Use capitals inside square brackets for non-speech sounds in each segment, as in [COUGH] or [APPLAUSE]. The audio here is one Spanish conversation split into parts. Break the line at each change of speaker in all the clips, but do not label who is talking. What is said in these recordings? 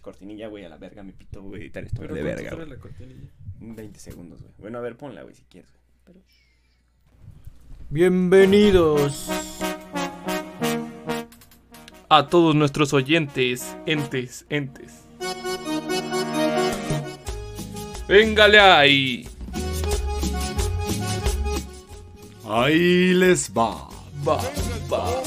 cortinilla, güey, a la verga, mi pito, güey, editar esto
Pero
de
¿cuánto
verga.
dura
güey.
la cortinilla?
20 segundos, güey. Bueno, a ver, ponla, güey, si quieres, güey.
[LAUGHS]
Bienvenidos. A todos nuestros oyentes, entes, entes. Véngale ahí.
Ahí les va.
Va, va.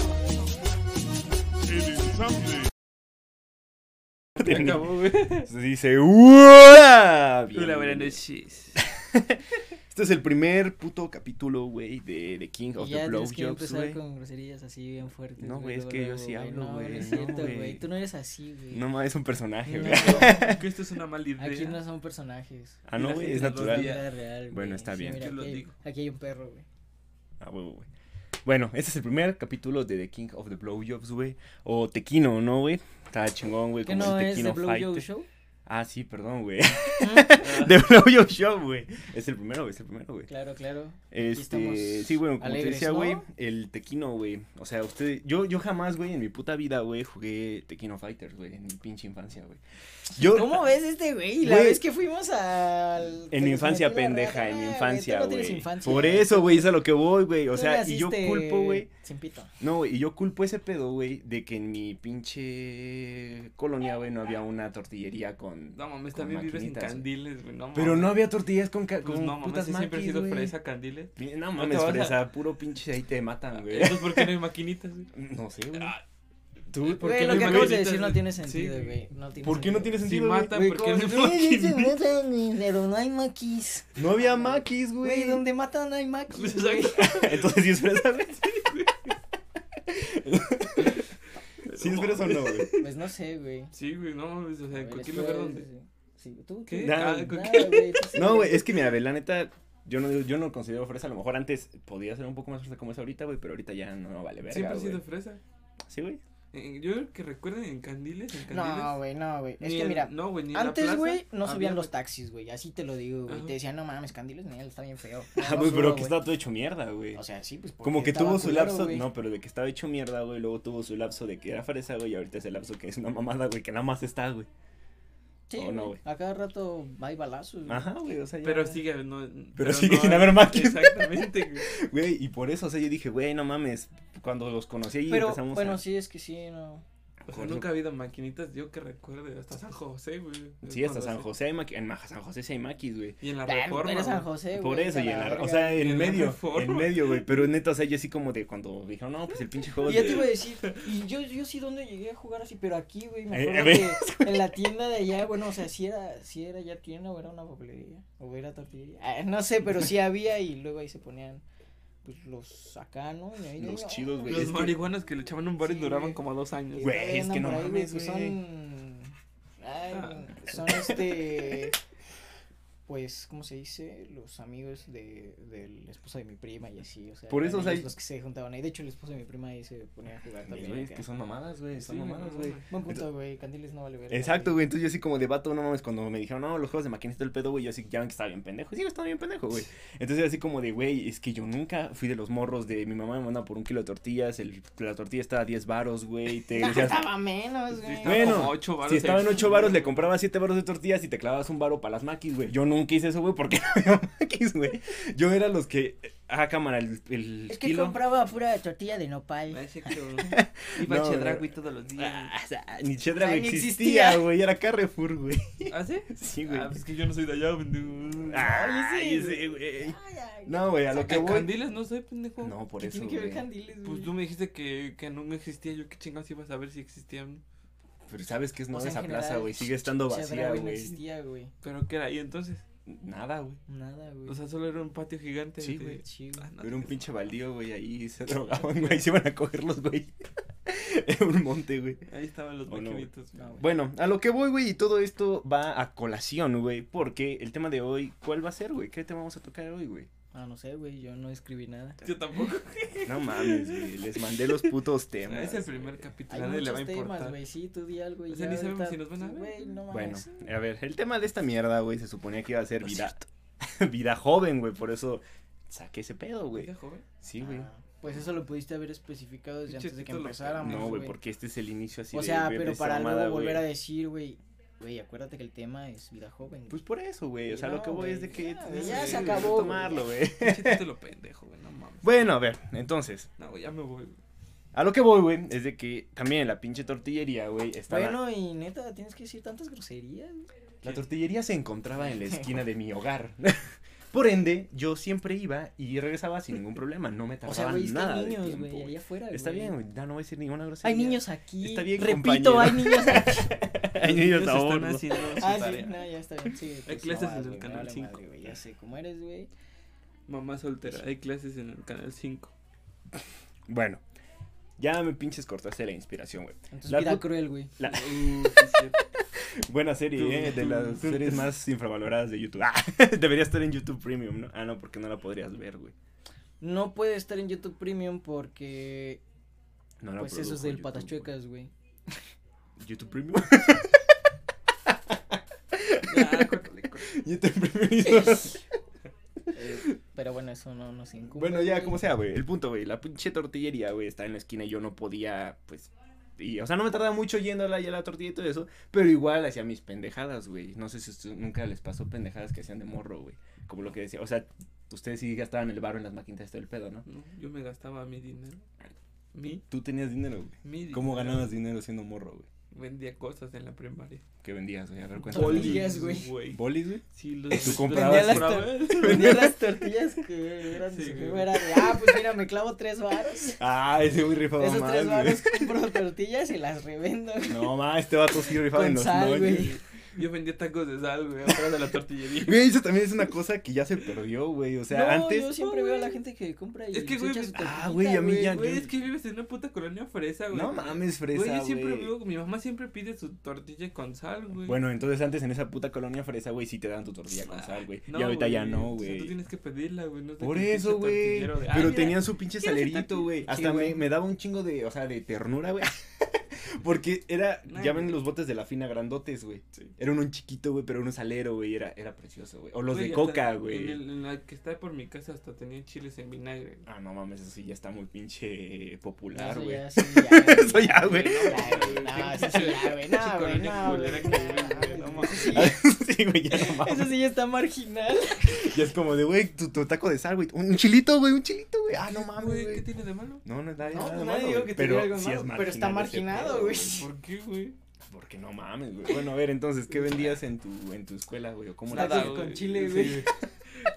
Ya acabó, güey.
Se dice, ¡Uah!
Hola, buenas
Bienvenido.
noches.
Este es el primer puto capítulo, güey, de, de King of
Y ya
the
tienes que
Blowjobs,
empezar
güey.
con groserías así bien fuertes.
No, güey, es
luego,
que yo
luego,
sí hablo, güey,
No, no es
no,
cierto,
güey.
güey. Tú no eres así, güey.
No mames, es un personaje,
No,
güey. [LAUGHS]
Que esto es una mala idea.
Aquí no son personajes.
Ah, no,
la
güey,
gente
es
nos
natural.
odia.
Vida real, güey.
Bueno, está bien.
mira,
Yo lo
aquí, hay-
digo.
aquí hay un perro, güey.
Ah, huevo, güey. Bueno, este es el primer capítulo de The King of the Blowjobs, güey. O Tequino, ¿no, güey? Está chingón, güey.
¿Qué
como
no
el
es
Tequino
de Blue Joe
Fighter.
Show?
Ah, sí, perdón, güey. [LAUGHS] de Blowjob Show, güey. Es el primero, güey, es el primero, güey.
Claro,
[LAUGHS]
claro. estamos
Este, sí, bueno, como
alegres,
te decía,
¿no?
güey, el Tequino, güey. O sea, usted, yo, yo jamás, güey, en mi puta vida, güey, jugué Tequino Fighters, güey, en mi pinche infancia, güey. Yo,
¿Cómo ves este güey? La
Güey.
vez que fuimos al. que
En mi
nos
infancia,
metió la
pendeja,
rata,
en mi
güey,
infancia,
tú no tienes
güey.
infancia.
Por eso, güey, es a lo que voy, güey. O
Tú
sea, y yo
naciste
culpo, güey.
Sin pito.
No, güey, y yo culpo ese pedo, güey, de que en mi pinche colonia, güey, no había una tortillería con...
No mames,
Con
también vives en
maquinitas, güey.
candiles, güey. No,
Pero no
mames.
había tortillas con, ca-
Pues
con
no mames,
putas
¿sí siempre he
maquis,
sido
güey.
fresa candiles.
Pi- No
te
mames,
vas a-
fresa, puro pinche ahí te matan, güey.
Entonces, ¿por qué no hay maquinitas, güey?
No sé, güey.
Ah,
¿Tú por
qué
Güey,
qué
lo
no
que
hay
acabas de
maquinitas,
decir no
güey?
tiene
Sí,
sentido,
güey.
güey. No tiene
¿Por qué no tiene
Si
sentido, güey?
matan,
Güey,
¿por qué
¿cómo
no
se-
hay
Güey,
maquinitas?
se matan y- Pero no hay maquis.
No había maquis, güey.
Güey, donde matan
[LAUGHS]
hay maquis. güey.
Exacto.
[LAUGHS] Entonces, ¿sí es fresa, güey? ¿Sí es fresa o no, güey?
[LAUGHS] Pues no sé,
[LAUGHS]
güey.
Sí, güey, no mames, o sea, en
A ver,
cualquier
eso
lugar
es-
donde.
Sí, tú. tú,
¿Qué?
Nada,
Ah,
nada,
¿con qué?
güey, tú
[LAUGHS]
sí.
No, güey, es que mira, ve, la neta, yo no, yo no considero fresa. A lo mejor antes podía ser un poco más fresa como es ahorita, güey, pero ahorita ya no vale verga,
Siempre he sido
güey.
fresa.
Sí, güey.
En- Yo que recuerden en candiles, en candiles.
No, güey, no, güey. Es
ni
que
en-
mira.
no, güey, ni en la
Antes,
plaza
güey, no
había,
subían
güey.
los taxis, güey. Así te lo digo, güey.
Ajá.
Te decían, no mames, Candiles, Nel, está bien feo. No,
[LAUGHS] Ah,
no
güey, pero
subo,
que
güey.
está todo hecho mierda, güey.
O sea, sí, pues.
Como
porque
que tuvo
estaba
su
culero,
lapso,
güey.
no, pero de que estaba hecho mierda, güey, luego tuvo su lapso de que era fresa, güey, y ahorita es el lapso que es una mamada, güey, que nada más está, güey.
Sí,
o no,
güey, A cada rato hay balazos. güey.
Ajá, güey, o sea, ya.
Pero sigue, no. Pero,
sigue sin haber máquinas.
Exactamente, güey.
Güey, y por eso, o sea, yo dije, güey, no mames, cuando los conocí y
Pero,
empezamos
bueno,
a...
sí, es que sí, no.
O sea,
Con-
nunca ha habido maquinitas, yo que recuerde, hasta San José, güey.
Sí, hasta
Cuando
San
se-
José hay maquis, en Maja San José sí hay maquis, güey.
Y en la
Pero
reforma.
era San
güey.
José, güey.
Por eso, y
está
en la,
la
o
verga.
sea,
Y
en
en la
medio,
Reforma.
en medio, güey, pero neta, o sea, yo así como de cuando dijeron, no, pues el pinche juego
Y ya te
de-
iba a decir, y yo, yo sí donde llegué a jugar así, pero aquí, güey, me
Eh,
acuerdo
eh,
que en la tienda de allá, bueno, o sea, si era, si era ya tienda o era una papelería, o era tortillería, ah, no sé, pero sí había y luego ahí se ponían, pues, los acá, ¿no? Y ahí,
Los
ahí,
chidos,
ah,
güey.
Los
Es que-
marihuanas que le echaban un bar y
Sí,
duraban
güey.
como dos años.
y
Güey,
todavía
es que
andan
no
por ahí,
mames,
pues,
güey.
Son, ay,
Ah.
son este, pues, ¿cómo se dice? Los amigos de, del esposo de mi prima y así, o sea.
Por
eran
eso, o sea,
ellos los que se juntaban ahí, de hecho, el esposo de mi prima ahí se ponía a jugar
Güey,
también.
es
acá.
que son mamadas, güey, son
Sí,
mamadas,
no
güey.
mames.
Buen punto, güey. Candiles no vale verga.
Exacto, güey, entonces yo así como de vato, no mames, cuando me dijeron, no, los juegos de maquinita el pedo, güey, yo así, ya ven que estaba bien pendejo, sí, estaba bien pendejo, güey. Entonces así como de, güey, es que yo nunca fui de los morros de, mi mamá me manda por un kilo de tortillas, el, la tortilla estaba a 10 varos, güey, te
[LAUGHS] No,
decías,
estaba menos,
Sí,
güey.
estaba
Bueno,
como ocho varos
si estaba en
el-
8 varos, le comprabas 7 varos de tortillas y te clavabas un varo para las maquis, güey. Yo nunca hice eso, güey, porque [LAUGHS] no había maquis, güey. Yo era los que, ah, cámara, el, el
Es que
kilo.
compraba pura tortilla de nopal.
[LAUGHS] Exacto.
No,
Iba a
güey.
Chedragui todos los días.
Ah, o sea, ni chedra, güey,
Ni
existía,
existía.
güey, era Carrefour,
[LAUGHS]
güey.
¿Ah, sí?
Sí, güey.
Ah, pues que yo no soy de allá, pendejo.
Ay, sí, güey. No, güey, a lo que
¿A
voy.
Candiles no soy, pendejo.
No, por
¿Qué
eso,
tiene que ver
güey.
candiles, güey?
Pues tú me dijiste que, que no existía. Yo qué chingados iba a saber si existían.
Pero sabes que es
O
nueva
sea, en
esa
general,
plaza, güey, sigue estando
Chedra,
vacía,
No
güey.
existía, güey.
Pero ¿qué era ahí entonces?
Nada, güey.
Nada, güey.
O sea, solo era un patio gigante.
Sí,
de-
güey.
Sí,
Ah, no,
Era un
qué-
pinche baldío, güey, ahí
[LAUGHS]
se drogaban, güey, se iban a cogerlos, güey. [LAUGHS] Era un monte, güey.
Ahí estaban los
Oh, no,
maquinitos.
güey. No, güey.
Bueno, a lo que voy, güey, y todo esto va a colación, güey, porque el tema de hoy, ¿cuál va a ser, güey? ¿Qué tema vamos a tocar hoy, güey?
Ah, no sé, güey. Yo no escribí nada.
Yo tampoco.
No mames, güey, les mandé los putos
[LAUGHS]
temas.
es el primer
güey.
Hay
capítulo. a Nadie le va a
muchos
importar.
temas, güey. Sí, tú di algo y
O sea,
ya
ni sabemos
ahorita,
si nos van a ver.
Güey, no
Bueno,
mames.
a ver, el tema de esta mierda, güey, se suponía que iba a ser vida, [LAUGHS] vida joven, güey, por eso saqué ese pedo, güey.
Mira, joven.
Sí, güey.
Ah, Pues eso lo pudiste haber especificado desde
Pinche
antes de que
título,
empezáramos,
No, güey, porque este es el inicio así
O
de-
sea,
de
pero
esa
para luego
mamada,
volver a
güey.
decir, güey, Güey, acuérdate que el tema es vida joven.
Pues por eso, güey. O sea,
No,
lo que voy
güey,
es de que.
ya,
tienes
ya
que
se acabó,
Tomarlo, güey. [LAUGHS]
Pinche título pendejo, güey, no mames.
Bueno, a ver, entonces.
No, güey, ya me voy. güey.
A lo que voy, güey, es de que también en la pinche tortillería, güey, estaba.
Bueno, y neta, tienes que decir tantas groserías. güey.
La tortillería se encontraba
[LAUGHS]
en la esquina de mi hogar. [LAUGHS] Por ende, yo siempre iba y regresaba sin ningún problema. No me
O
tardaba
sea, güey,
nada.
están
de
niños,
tiempo,
güey,
güey.
allá afuera.
Está
güey.
bien, güey. Ya no voy a decir ninguna grosería.
Hay niños aquí.
Está bien,
Repito,
compañero.
hay niños aquí.
[LAUGHS] Hay niños
Ellos
a
están
bordo.
haciendo su
ah, sí,
tarea.
no, ya está bien. Sí, pues,
Hay clases en el
güey, me
canal
vale
cinco.
madre, güey, ya sé cómo eres, güey.
Mamá soltera, hay clases en el canal 5.
Bueno, ya me pinches cortaste la inspiración, güey.
Entonces,
La
vida
pu-
cruel, güey.
La- Buena
Tú,
serie, ¿eh? De
tú,
las
tú.
series más infravaloradas de YouTube. Ah, [LAUGHS] debería estar en YouTube Premium, ¿no? Ah, no, porque no la podrías ver, güey.
No puede estar en YouTube Premium porque.
No la
pues eso es
produjo
del
YouTube,
Patachuecas,
[LAUGHS]
güey.
güey. ¿YouTube
[LAUGHS]
Premium? [LAUGHS]
Ya, córtale, córtale.
YouTube Premium.
[LAUGHS] Eh, pero bueno, eso no nos incumbe.
Bueno, ya,
güey.
como sea, güey. El punto, güey. La pinche tortillería, güey, está en la esquina y yo no podía, pues. Y, o sea, no me tardaba mucho yéndola ya la tortilla y todo eso. Pero igual hacía mis pendejadas, güey. No sé si a ustedes nunca les pasó pendejadas que hacían de morro, güey. Como lo que decía. O sea, ustedes sí gastaban el barro en las maquinitas y todo el pedo, ¿no?
No, yo me gastaba mi dinero. Mi,
Tú tenías dinero, güey.
mi dinero.
¿Cómo ganabas dinero siendo morro, güey?
Vendía cosas en la primaria.
¿Qué vendías, güey? A ver, cuéntame.
Tortillas, güey.
¿Bolis, güey?
Sí, los
Tú
los
comprabas-
compraba.
Vendía las tortillas que eran
Sí,
su
güey.
juego, era de, ah, pues mira, me clavo tres varos.
Ah, ese güey rifaba
Esos
más,
tres
güey.
varos compro tortillas y las revendo. güey.
No, más, este vato sí rifaba en
Con
los
sal,
noches.
güey.
[LAUGHS] Yo vendía tacos de sal, güey, atrás de la tortillería.
Güey, eso también es una cosa que ya se perdió, güey. O sea,
no,
antes.
yo siempre veo a la gente que compra y
Es que,
se
güey,
echa su
ah,
tortillita,
güey, a mí [LAUGHS] ya-
Güey, es que vives en una puta colonia fresa, güey.
No mames, fresa,
Güey,
güey.
yo siempre vivo, mi mamá siempre pide su tortilla con sal, güey.
Bueno, entonces antes en esa puta colonia fresa, güey, sí te dan tu tortilla con sal, güey. y ahorita ya no,
Ah, O sea, tú
güey.
tienes que pedirla, güey. No es de
Por
que el
eso,
pinche
güey.
tortillero de, "Ah,
Pero
mira,
tenían su pinche
¿quieres que
salerito,
te-
güey.
Sí,
Hasta me,
güey.
me daba un chingo de, o sea, de ternura, güey. [LAUGHS] Porque era,
No,
ya ven
güey.
los botes de la fina grandotes, güey.
Sí.
Era uno un chiquito, güey, pero uno salero, güey. Era, era precioso, güey. O los
Güey,
de
hasta
coca,
en
güey.
el- En, la que está por mi casa hasta tenía chiles en vinagre. güey.
Ah, no mames, eso sí ya está muy pinche
No,
popular,
eso
güey.
ya, sí, ya, güey.
Eso ya, güey.
Ya, güey, No, eso sí ya, güey.
Pinche
No, güey,
colonia
no, güey.
culera que vives, güey, no
no,
mames.
sí,
[LAUGHS] sí, güey, ya
[LAUGHS]
no mames.
Eso sí ya está marginal.
Ya es como de, güey, tu, tu taco de sal, güey. Un chilito, güey, un chilito, güey. Ah, no mames,
Güey, ¿qué
güey.
tiene de malo?
No, no es nada,
No, pues
nada
nadie
malo,
dijo
güey,
que
pero
tuviera algo
sí es
malo, pero está
marginal ese
marginado,
pedo,
güey.
¿Por qué, güey?
Porque no mames, güey. Bueno, a ver, entonces,
[LAUGHS]
¿qué vendías en tu, en tu escuela, güey? ¿O cómo
Nada,
era?
con chile, güey.
[LAUGHS] sí,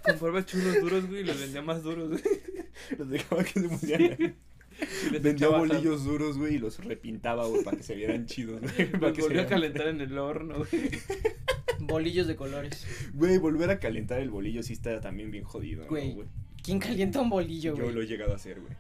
Compraba chulos duros, güey, y los vendía más duros, güey.
Los dejaba que se pusieran.
Y
[LAUGHS]
les
Vendía
echaba sal.
bolillos duros, güey, y los repintaba, güey, para que se vieran chidos,
[LAUGHS]
güey. Para
Los
que se
volví a
vieran-
calentar en el horno, [LAUGHS] güey.
Bolillos de colores.
Güey, volver a calentar el bolillo sí está también bien jodido, ¿no,
Güey,
güey?
¿Quién calienta un
Yo,
bolillo, güey?
lo he llegado a hacer, güey.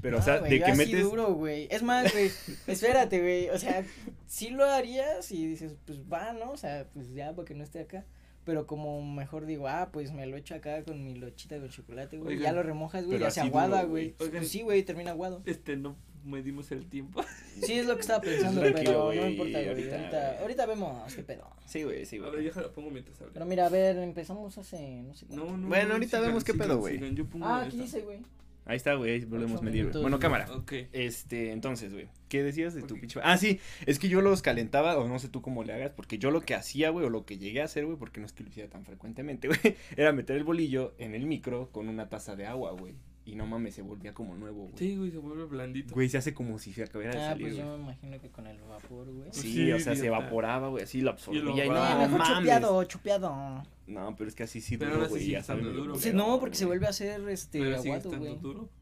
Pero,
No,
o sea,
güey,
de
yo
que
así
metes.
duro, güey. Es más,
[LAUGHS]
güey, espérate, güey. O sea, sí lo harías y dices, pues va, ¿no? O sea, pues ya, porque no esté acá. Pero como mejor digo, ah, pues me lo echo acá con mi lochita con chocolate, güey.
Oigan,
Ya lo remojas, güey,
pero
ya se
así
aguada,
duro,
güey.
güey.
Pues sí, güey, termina aguado.
Este, no medimos el tiempo.
Sí, es lo que estaba pensando,
Tranquilo,
pero no
güey,
me importa, güey.
ahorita,
Ahorita,
güey.
ahorita, vemos qué pedo.
Sí, güey, sí,
A ver, déjalo, pongo mientras abre.
Pero mira, a ver, empezamos hace, no sé cuánto.
No, no,
Bueno,
no,
ahorita
sigan,
vemos qué
sigan,
pedo, güey.
sigan, yo pongo
Ah,
esta.
aquí dice, güey.
Ahí está, güey, ahí volvemos a
Ocho
medir. güey.
minutos,
Bueno,
güey.
cámara.
Ok.
Este, entonces, güey, ¿qué decías de tu
Ok.
pinche? Ah, sí, es que yo los calentaba, o no sé tú cómo le hagas, porque yo lo que hacía, güey, o lo que llegué a hacer, güey, porque no es que lo hiciera tan frecuentemente, [LAUGHS] güey, era meter el bolillo en el micro con una taza de agua, güey. Y no mames, se volvía como nuevo, güey.
Sí, güey, se vuelve blandito.
Güey, se hace como si se acabara de
Ah,
salir,
pues
güey.
yo me imagino que con el vapor, güey.
Sí,
Sí,
o sea, se
idiota.
evaporaba, güey, así lo absorbía y,
No,
no,
Ah,
mejor
mames.
chupeado, chupeado.
No, pero es que así sí
Pero
duro,
ahora sí
güey,
sigue
ya sabe
estando
medio
duro,
Sí,
culero,
no, porque se
güey.
vuelve a hacer este
Pero sigue
aguado,
estando
güey.
duro. [LAUGHS]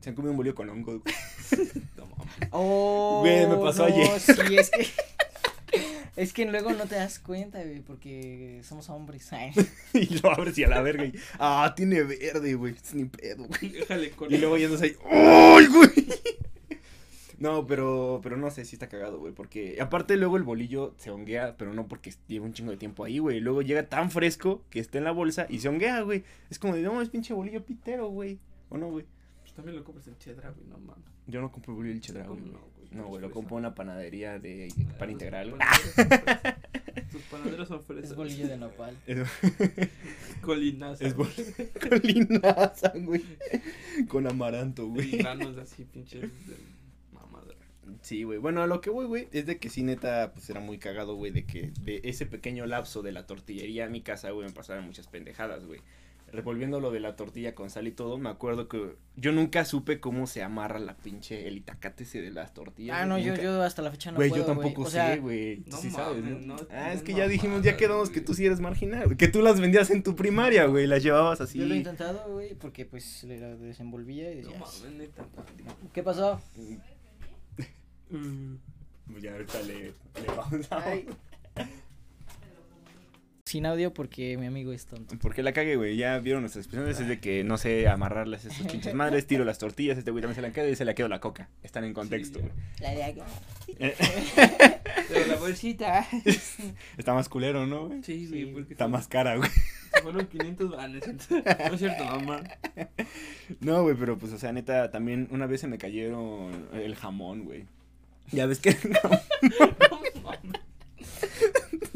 Se han comido un bolillo con hongo, güey. [LAUGHS]
No mames.
Oh,
Güey, me pasó
no,
ayer.
Sí, es que [LAUGHS] es que luego no te das cuenta, güey, porque somos hombres. [LAUGHS] ay.
y lo abres y a la verga y, ah, tiene verde, güey, es ni pedo, güey.
Déjale con
Y luego yéndose ahí. ¡Ay, güey! [LAUGHS] No, pero, pero no sé si está cagado, güey. Porque aparte luego el bolillo se honguea, pero no porque lleva un chingo de tiempo ahí, güey. Luego llega tan fresco que está en la bolsa y se honguea, güey. Es como de, no, es pinche bolillo pitero, güey. ¿O no, güey?
Pues también lo compras en cheddar, güey, no mames.
Yo no compro bolillo del cheddar, güey.
¿Cómo no, güey?
No, güey, lo
Fresa.
compro en una panadería de pan
Ah, tus
integral.
[LAUGHS]
güey.
panaderos son
[LAUGHS]
fresas. Tus panaderos son fresas.
Es bolillo de nopal.
Es,
[LAUGHS] Colinas.
es bolillo [LAUGHS] con linaza, güey. Con amaranto, güey. [LAUGHS]
Granos así, pinches. de Mamada.
Sí, güey. Bueno, a lo que voy, güey, es de que sí, neta, pues era muy cagado, güey, de que de ese pequeño lapso de la tortillería a mi casa, güey, me pasaban muchas pendejadas, güey. Revolviendo lo de la tortilla con sal y todo, me acuerdo que yo nunca supe cómo se amarra la pinche, el itacate ese de las tortillas.
Ah, no,
güey,
yo,
nunca-
yo hasta la fecha no
Güey,
puedo,
yo tampoco
o sea,
sé, güey. Tú
no
sí sabes,
mames,
¿no?
no,
Ah, es
no
que ya dijimos, ya
mames,
quedamos que tú
güey.
sí eres marginal. Que tú las vendías en tu primaria, güey, las llevabas así.
Yo lo he intentado, güey, porque pues le la desenvolvía y
No
decía,
mames, neta.
¿qué pasó?
Mm,
Mm.
Ya ahorita le, le vamos a...
Ay. Sin audio porque mi amigo es tonto.
Porque la cague, güey. Ya vieron nuestras expresiones. Es de que no sé amarrarlas a esas pinches
[LAUGHS]
madres. Tiro las tortillas. Este güey también se la queda y se la quedó la coca. Están en contexto, Eh,
Sí,
güey.
La de
Pero la bolsita.
[LAUGHS] Está más culero, ¿no, güey?
Sí, güey,
Sí.
porque
Está
se-
más cara, güey. [LAUGHS]
se Fueron 500 vanes. No es cierto, mamá.
No, güey, pero pues, o sea, neta, también una vez se me cayeron el jamón, güey. Ya ves [LAUGHS] que.
[LAUGHS]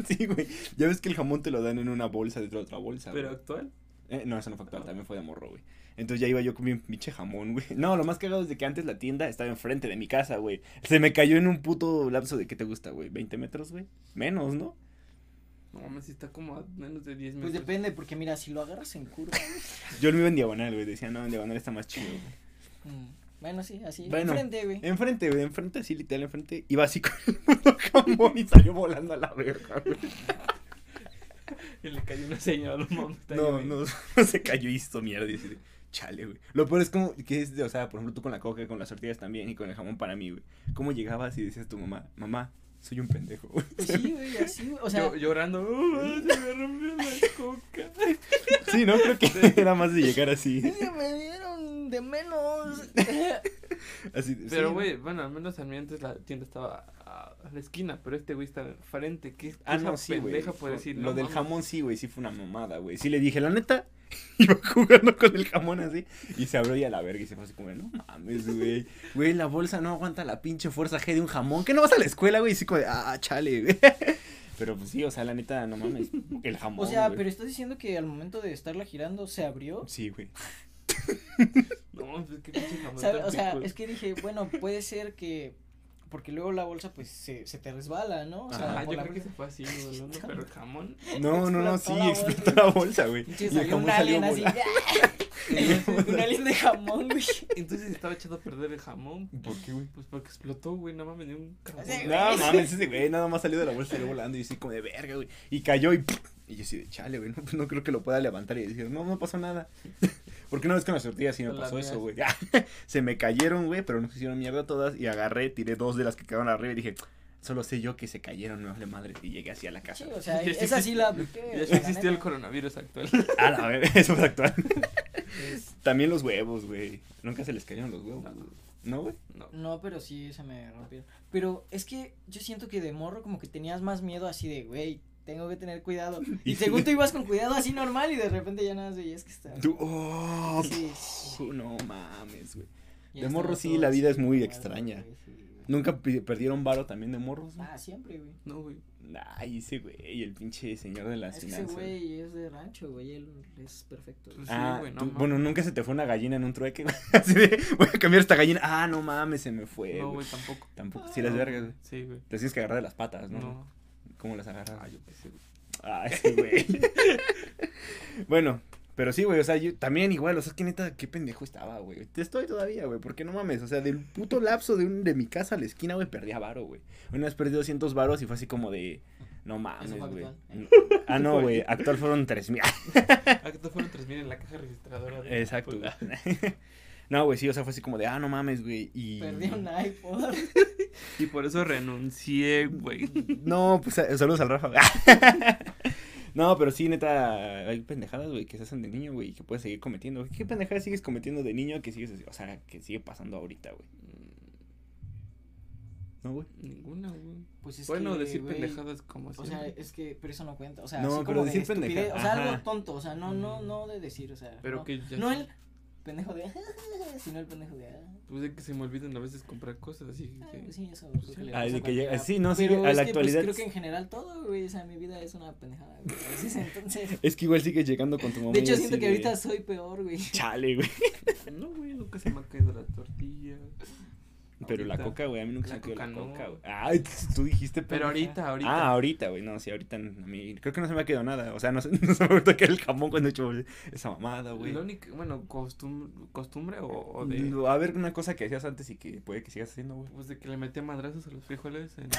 sí, güey. Ya ves que el jamón te lo dan en una bolsa dentro de otra bolsa.
Pero
güey.
actual.
Eh, no, eso no fue actual, también fue de morro, güey. Entonces ya iba yo con mi pinche jamón, güey. [LAUGHS] No, lo más cagado es de que antes la tienda estaba enfrente de mi casa, güey. Se me cayó en un puto lapso de, ¿qué te gusta, güey? ¿20 metros, güey? Menos, ¿no?
No mames, está como a menos de 10
Pues
minutos.
depende, porque mira, si lo agarras en curva.
Yo lo iba en diagonal, güey. Decía, no, en diagonal está más chido, güey.
mm, bueno, sí, así.
Bueno.
Enfrente, güey.
Enfrente, güey, enfrente, así, literal, enfrente. Iba así [LAUGHS] con el puto jamón y salió volando a la verga, güey.
Y le cayó una señal, mamá. está
No,
lloviendo.
no, [LAUGHS] no se cayó y hizo mierda. Y así de, chale, güey. Lo peor es como, que es de, o sea, por ejemplo, tú con la coca, con las tortillas también y con el jamón para mí, güey. ¿Cómo llegabas y decías a tu mamá, mamá, soy un pendejo, güey?
Pues sí, güey, así, güey, O sea,
Yo- llorando. "Oh, se me rompió la coca.
Sí, no, creo que era más de llegar así.
"Es que [LAUGHS] me dieron
[LAUGHS]
de menos.
así de,
Pero,
sí,
güey, bueno, al menos a mí antes la tienda estaba a a la esquina, pero este güey está enfrente. ¿Qué
Ah,
cosa
no, sí, güey.
pendeja puede decir?
Lo
No
del
mames.
jamón sí, güey, sí fue una mamada, güey. Sí le dije, la neta, [LAUGHS] iba jugando con el jamón así y se abrió ya la verga y se fue así como, no mames, güey. Güey, la bolsa no aguanta la pinche fuerza G de un jamón. ¿Qué no vas a la escuela, güey? Y sí como de, ah, chale, güey. [LAUGHS] Pero pues sí, o sea, la neta, no mames, el jamón,
O sea,
güey.
pero estás diciendo que al momento de estarla girando se abrió.
Sí, güey.
No mames, pues, qué pinche jamón.
¿Sabe?
tan
O sea,
picudo.
es que dije, bueno, puede ser que. Porque luego la bolsa, pues, se, se te resbala, ¿no? O sea,
Ah,
por
yo
la
creo que
bolsa.
se fue así, volando, pero el jamón.
No, no, no, sí, explotó
Explotó
la bolsa, güey.
Pinche,
Y el
salió
jamón
un
salió
alien así.
volando.
[LAUGHS] un alien de jamón, güey.
Entonces estaba echado a perder el jamón.
¿Por qué, güey?
Pues porque explotó, güey, nada más me dio un carbón.
Sí, güey. [LAUGHS]
No mames, ese güey nada más salió de la bolsa, salió volando y yo así como de verga, güey. Y cayó y. ¡pum! Y yo así de chale, güey. No, pues no creo que lo pueda levantar y decir, no, no pasó nada. [LAUGHS] Porque una vez con las tortillas sí me
Con
pasó
las
eso, güey. [LAUGHS]
mías.
Se me cayeron, güey, pero no se hicieron mierda todas. Y agarré, tiré dos de las que quedaron arriba y dije, solo sé yo que se cayeron, no vale madre. Y llegué así a la
Sí,
casa.
o sea,
Ya
esa sí
existe-
la
Ya
apliqué. o sea, la
existió el
neta.
coronavirus
[LAUGHS]
actual.
A la vez, [LAUGHS] eso fue actual.
Es-
[LAUGHS] También los huevos, güey. Nunca se les cayeron los huevos.
No.
güey. ¿No, güey?
No.
No, pero sí se me rompieron. Pero es que yo siento que de morro como que tenías más miedo así de, güey, tengo que tener cuidado. Y según tú ibas con cuidado así normal y de repente ya nada más veías que está.
Tú, oh,
Ah. Sí,
pf, no mames, güey.
ya
De
estaba
morro sí,
todo
la vida
así,
es muy
mal,
extraña.
güey, sí, güey.
¿Nunca pi- perdieron varo también de morros? güey?
Ah, siempre, güey.
No, güey.
Ay, ese güey, el pinche señor de las
Es que ese
finanzas.
güey es de rancho, güey, él es perfecto. güey.
Pues
Ah,
sí, güey, no
tú-
mames.
bueno, nunca se te fue una gallina en un trueque, güey. [LAUGHS] Así de, voy a cambiar esta gallina. Ah, no mames, se me fue.
No,
güey.
güey, tampoco.
Tampoco. Sí, las
Ah.
No,
vergas, güey.
Sí, güey.
Las tienes que agarrar de las patas, ¿no?
No.
¿Cómo las agarras?
Ah, yo qué sé, güey.
Ah, ese güey. [LAUGHS] bueno, pero sí, güey, o sea, yo también igual, o sea, es que neta, qué pendejo estaba, güey. Te estoy todavía, güey, porque no mames, o sea, del puto lapso de, un, de mi casa a la esquina, güey, perdía varo, güey. Una vez perdí 200 varos y fue así como de, no mames,
Eso fue
güey.
actual.
Ah, no, güey, actual fueron 3000.
Ah, que te fueron 3000 en la caja registradora. de-
Exacto, güey. [LAUGHS] No, güey, sí, o sea, fue así como de, ah, no mames, güey, y...
Perdí un iPod.
Y por eso renuncié,
[LAUGHS]
güey.
No, pues eh, saludos al Rafa. [LAUGHS] No, pero sí, neta, hay pendejadas, güey, que se hacen de niño, güey, y que puedes seguir cometiendo. güey. ¿Qué pendejadas sigues cometiendo de niño que sigues, o sea, que sigue pasando ahorita, güey? ¿No, güey?
Ninguna, güey.
Pues es
bueno,
que,
decir
güey,
pendejadas como
O sea,
siempre.
es que, pero eso no cuenta. O sea,
No,
así
pero
como de
decir
estupidez,
pendeja,
O sea,
ajá.
algo tonto. O sea, no, no, no de decir, o sea.
Mm. Pero
no,
que ya
No
sé.
el pendejo de. [LAUGHS] Sino el pendejo de. ah,
Pues de que se me olvidan a veces comprar cosas, así que...
ah, pues Sí, eso.
Pues
creo
sí.
le
Ah,
vamos
de
a
que llega-
platicar.
sí, no, sí,
Pero
a
es
la
que,
actualidad
Pues, creo
sí.
que en general todo, güey. O sea, mi vida es una pendejada, güey.
[LAUGHS]
a veces, Entonces.
Es que igual sigues llegando con tu mamá.
De
y
hecho,
así
siento que
de,
ahorita soy peor, güey.
Chale, güey.
No, güey, nunca se me ha caído la tortilla.
Pero la
Ahorita.
coca, güey, a mí nunca se
La
me quedó la
coca no.
coca, güey. Ay, [LAUGHS] tú dijiste,
Pero
pendeja.
ahorita,
Ah,
ahorita.
ahorita, güey. No, sí, ahorita n- a mí. Creo que no se me ha quedado nada. O sea, no, se- [LAUGHS] no se me ha quedado el jamón cuando he hecho esa mamada, Ah, güey.
la única, bueno, costum- costumbre o, o de.
Lo- A ver, una cosa que hacías antes y que puede que sigas haciendo, güey.
Pues de que le metía madrazos a los frijoles en el.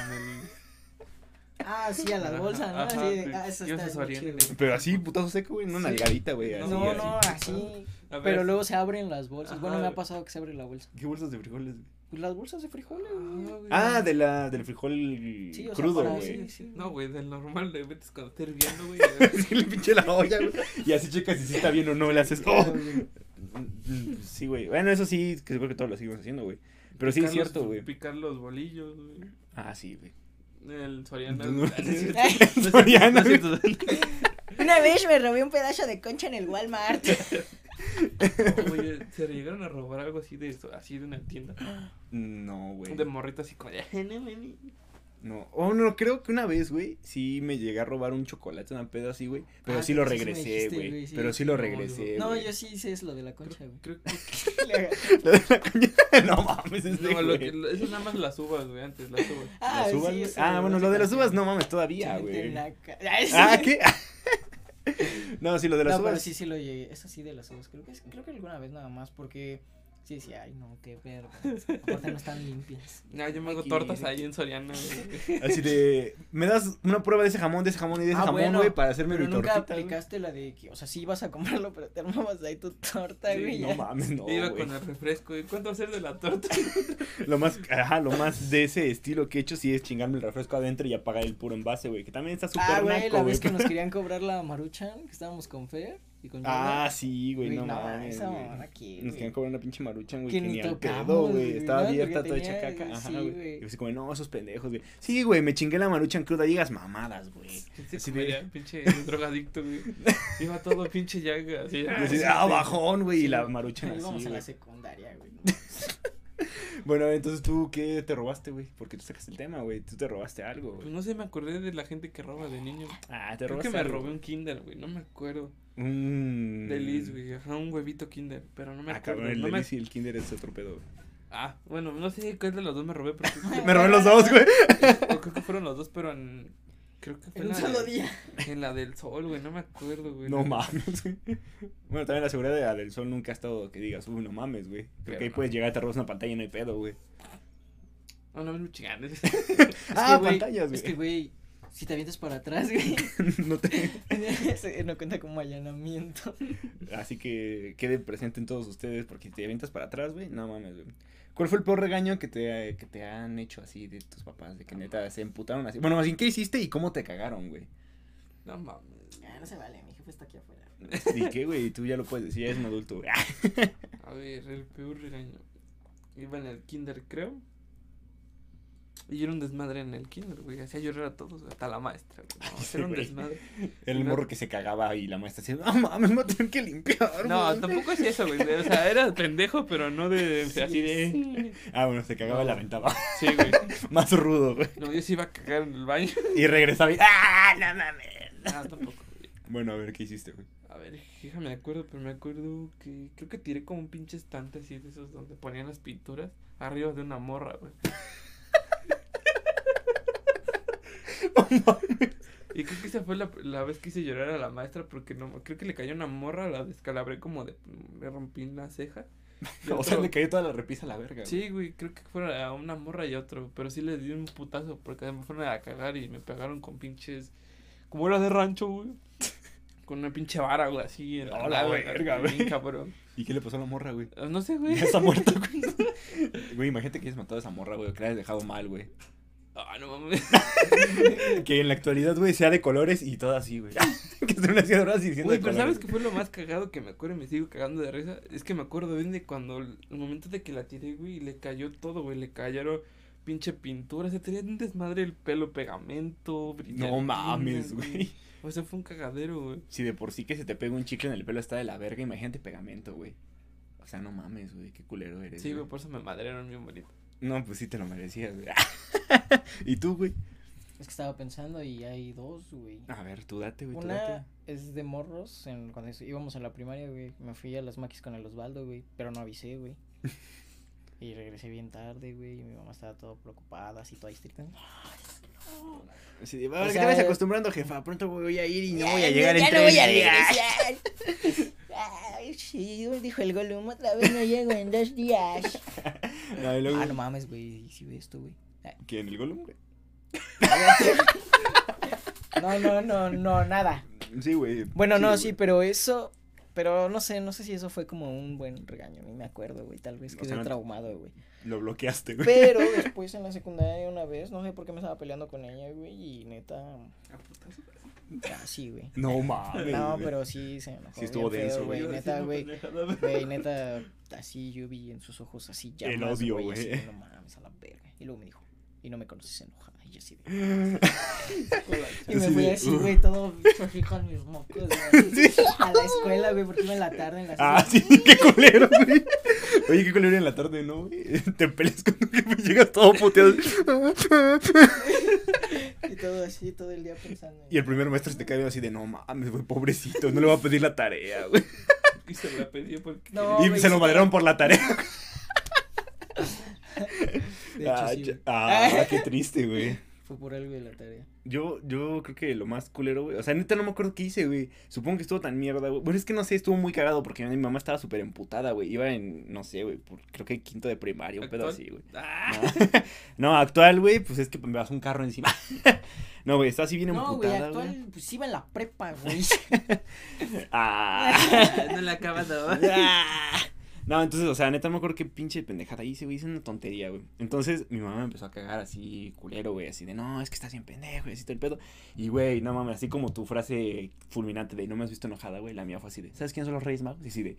Ah, sí, a la
Ajá,
bolsa, ¿no?
ajá,
Así,
sí.
ah, eso
Yo
está
se
bien
orientan.
chido.
Pero así, putazo seco, güey. No, una
Sí.
nalgadita, güey. Así,
No,
así.
no, así.
A ver,
Pero luego se abren las bolsas. bueno, me
Ajá.
ha pasado que se abre la bolsa.
¿Qué bolsas de frijoles? güey?
Pues las bolsas de frijoles, güey.
güey. Ah,
Ah, de la, del frijol
Sí, o sea,
crudo,
para-
güey. [LAUGHS]
sí, sí.
No, güey, del normal le metes cuando esté hirviendo, güey.
Sí, le pinche la olla, güey. Y así checas si sí está bien o no, le haces. ¡Oh! Mm, Sí, güey. Bueno, eso sí, que creo que todos lo seguimos haciendo, güey. Pero sí
Picar
es cierto,
los-
güey.
Picar los bolillos, güey.
Ah, sí, güey.
El Soriana.
No, no,
[LAUGHS] Ah, no es cierto,
Ay,
no es
Soriana,
cierto, no es cierto.
Una vez me robé un pedazo de concha en el Walmart.
Oye, se llegaron a robar algo así de eso, así de una tienda.
No, güey.
De morrito así como de. "Nene, nene".
No. Oh, no, creo que una vez, güey, sí me llegué a robar un chocolate, una pedo así, güey. Pero
Ah,
sí lo
creo que sí me
regresé,
dijiste,
güey.
güey, sí.
Pero sí lo
No,
regresé,
No,
Eh, güey. [LAUGHS]
yo sí hice es lo de la concha,
Creo, creo
güey.
que.
[LAUGHS]
Lo de la caña- [LAUGHS] no mames, este,
No, lo que-
güey.
lo- eso nada más las uvas, güey, antes, las uvas.
Las uvas, güey. ah, bueno, lo de las uvas, no mames, todavía, güey. Ah,
[LAUGHS] Ah,
¿qué? [LAUGHS] no, sí, lo de las
No, pero
uvas.
sí, sí lo llegué. Eso sí de las uvas. Creo que, es- creo que alguna vez nada más porque... Sí, sí, ay, no, qué verga. Aparte no están
[LAUGHS]
limpias.
Ah, yo me hago
Aquí,
tortas
mira.
ahí en Soriana, güey.
Así de, me das una prueba de ese jamón, de ese jamón y de ese
Ah,
jamón, güey,
bueno,
para hacerme
Pero
mi
nunca
tortita. güey.
aplicaste la de que, o sea, sí ibas a comprarlo, pero te armabas ahí tu torta,
Sí,
güey.
No
ya.
mames, no,
Iba
güey.
con el refresco, güey. ¿Cuánto hacer de
[LAUGHS]
la torta?
Lo más, ajá, lo más de ese estilo que he hecho sí es chingarme el refresco adentro y apagar el puro envase, güey, que también está súper
Ah, güey,
naco,
la vez
güey.
que
[LAUGHS]
nos querían cobrar la Maruchan, que estábamos con Fer y con
Ah,
Yola.
sí, güey, no, mames,
esa
güey.
mamada que,
Nos
güey.
querían cobrar una pinche maruchan, güey,
Que
que
ni
ni al
tocamos,
pedo,
güey,
güey. Estaba
¿no? Porque
abierta, toda
tenía-
hecha caca. Ajá,
sí, güey.
güey. Y así como, no, esos pendejos, güey. Sí, güey, me chingué la maruchan cruda, digas mamadas, güey.
Sí,
Así
sí,
de-
pinche drogadicto, güey. Iba todo pinche llaga, así.
Y así, ah, bajón, güey, y la maruchan así,
Íbamos a
güey.
la secundaria,
[LAUGHS]
güey.
Bueno, entonces tú, ¿qué te robaste, güey? Porque tú sacaste el tema, güey. Tú te robaste algo,
Pues
güey.
no sé, me acordé de la gente que roba de niño.
Ah, te
Creo que
robaste
me
algo. Mm.
robé un kinder, güey, no me acuerdo.
Un...
Delis, güey, ajá, un huevito kinder, pero no me
Ah,
acuerdo.
cabrón, el
no me-
Delis y el Kinder es otro pedo, güey.
Ah, bueno, no sé cuál de los dos me robé, pero
[LAUGHS]
creo
Me robé los dos, güey.
que, o creo que fueron los dos, pero en... Creo que fue
En un
la
solo
de-
día.
en la del sol, güey, no me acuerdo, güey.
No mames, güey. Bueno, también la seguridad de la del sol nunca ha estado que digas, uy, no mames, güey. Creo
Pero
que ahí
no.
puedes llegar, te robas una pantalla y no hay pedo, güey. [LAUGHS]
No, no, me chingan.
Ah,
que, güey,
pantallas,
Es que,
güey.
güey, si te avientas para atrás, güey, [LAUGHS]
No te...
ese no cuenta como
[LAUGHS]
allanamiento.
Así que quede presente en todos ustedes, porque si te avientas para atrás, güey, no mames, güey. ¿Cuál fue el peor regaño que te, eh, que te han hecho así de tus papás? De que neta se emputaron así. Bueno, más bien, ¿qué hiciste y cómo te cagaron, güey?
[LAUGHS] No mames.
Ah, no se vale, mi jefe está aquí afuera.
¿Y qué, güey? Tú ya lo puedes decir, ya eres un adulto, güey. Ah,
A ver, el peor regaño. Iba en el kinder, creo. Y era un desmadre en el kinder, güey. Hacía llorar a todos, hasta la maestra, güey.
[LAUGHS]
No,
Sí,
era un
güey.
desmadre.
Era el morro que se cagaba y la maestra decía, no mames, me voy a tener que limpiar.
No,
güey".
tampoco hacía eso, güey. O sea, era pendejo, pero no de o sea, así de.
Ah, bueno, se cagaba y la ventaba.
Sí, güey.
[LAUGHS] Más rudo, güey.
No, yo sí iba a cagar en el baño. [LAUGHS]
Y regresaba y, ¡ah, no mames!
No, tampoco, güey.
Bueno, a ver, ¿qué hiciste, güey?
A ver, hija, me acuerdo, pero me acuerdo que creo que tiré como un pinche estante así de esos donde ponían las pinturas arriba de una morra,
[LAUGHS]
güey.
Oh,
y creo que esa fue la, la vez que hice llorar a la maestra porque no, creo que le cayó una morra, la descalabré como de, me rompí la ceja.
[LAUGHS]
y
O sea,
otro-
le cayó toda la repisa a la verga, güey.
Sí, güey, creo que fuera a una morra y otro, pero sí le di un putazo porque me fueron a cagar y me pegaron con pinches, como era de
[LAUGHS]
rancho, güey. Con una pinche vara, güey, así. en
Hola,
nalga,
güey, verga,
bien
güey.
cabrón. Ah,
¿Y qué le pasó a la morra, güey?
No sé, güey.
Ya está muerta, güey. Güey, imagínate que hayas matado a esa morra, güey, que la hayas dejado mal, güey.
[LAUGHS] Ah, no mames.
Que en la actualidad, güey, sea de colores y todo así, güey. [LAUGHS] que esté una silla dorada diciendo
Güey,
de colores.
pero ¿sabes qué fue lo más cagado que me acuerdo y me sigo cagando de risa? Es que me acuerdo bien de cuando, el el momento de que la tiré, güey, y le cayó todo, güey, le cayeron pinche pintura, se tenía un desmadre el pelo, pegamento,
No mames,
brillantinas,
güey.
O sea, fue un cagadero, güey.
Si de por sí que se te pega un chicle en el pelo está de la verga, imagínate pegamento, güey. O sea, no mames, güey, qué culero eres.
Sí, güey, pues. por eso me madrearon bien bonito.
No, pues sí te lo merecías, güey. [LAUGHS] ¿Y tú, güey?
Es que estaba pensando y hay dos, güey.
A ver, tú date, güey, tú date.
Una es de morros, en,
[LAUGHS]
cuando es- íbamos a la primaria, güey. Me fui a las maquis con el Osvaldo, güey. Pero no avisé, güey. Y regresé bien tarde, güey, y mi mamá estaba toda preocupada, así toda estricta.
Así de,
O
"Ay, ¿qué
sea,
te vas
eh,
acostumbrando, jefa? Pronto voy a ir y no voy a llegar en
ya no
tres
voy a
días".
regresar. Ay, sí, dijo el Golum, otra vez no llego en dos días.
[LAUGHS] No, y luego-
Ah, no mames, güey, si
[LAUGHS]
ve esto, güey. Ay,
¿Quién? ¿El Golum, güey?
No, no, no, no, nada.
Sí, güey.
Bueno, no,
güey.
sí, pero eso, pero no sé, no sé si eso fue como un buen regaño, ni me acuerdo, güey, tal vez
O
quedé
sea, no te-
traumado, güey.
Lo bloqueaste, güey.
Pero después en la secundaria una vez, no sé por qué me estaba peleando con ella, güey, y neta,
Ah,
A putazo.
casi, güey.
[LAUGHS] No mames.
No,
pues. güey.
pero sí se enojó.
Sí estuvo
bien feo,
denso, güey.
güey.
Yo
Neta,
diciendo
güey.
pendejada, [LAUGHS] güey.
Güey, neta, así yo vi en sus ojos así ya.
El odio, güey.
No mames, a la verga. Y luego me dijo, y no me conoces enojada. Y yo así
[LAUGHS]
de. Y me
Así
fui
de,
así,
"Uf".
güey, todo así con mis mocos,
[LAUGHS]
güey. A la escuela, güey, porque iba en la tarde en la
Ah,
escuela.
sí, qué culero, güey. Oye, qué culero en la tarde, ¿no, [LAUGHS] güey? Te peleas con tu jefe y llegas todo puteado.
Y todo así, todo el día pensando. en-
Y el primer maestro se te cae viendo así de, no mames, güey, pobrecito, no le va a pedir la tarea, güey.
Y se la pedí porque.
No.
y
güey,
se lo
sí.
madrearon por la tarea.
De hecho,
ah,
sí,
ya-
güey.
ah, qué triste, güey.
Fue por algo de la tarea.
Yo, yo creo que lo más culero, güey. O sea, neta no me acuerdo qué hice, güey. Supongo que estuvo tan mierda, güey. Bueno, es que no sé, estuvo muy cagado porque mi mamá estaba súper emputada, güey. Iba en, no sé, güey, por- creo que en quinto de primaria, un pedo
¿Actual?
así, güey. [LAUGHS]
Ah,
No, no, actual, güey, pues es que me vas un carro encima. [LAUGHS] No, güey, está así bien
No, güey,
emputada, güey.
actual, pues iba en la prepa, güey. [LAUGHS]
Ah.
no la
[LAUGHS]
acabas de ver.
Ah. No, entonces, o sea, neta no me acuerdo qué pinche pendejada hice, güey. Hice una tontería, güey. Entonces, mi mamá me empezó a cagar así, culero, güey. Así de, no, es que estás bien pendejo, y así todo el pedo. Y, güey, no mames, así como tu frase fulminante de, no me has visto enojada, güey. La mía fue así de, ¿sabes quiénes son los Reyes Magos? Y así de,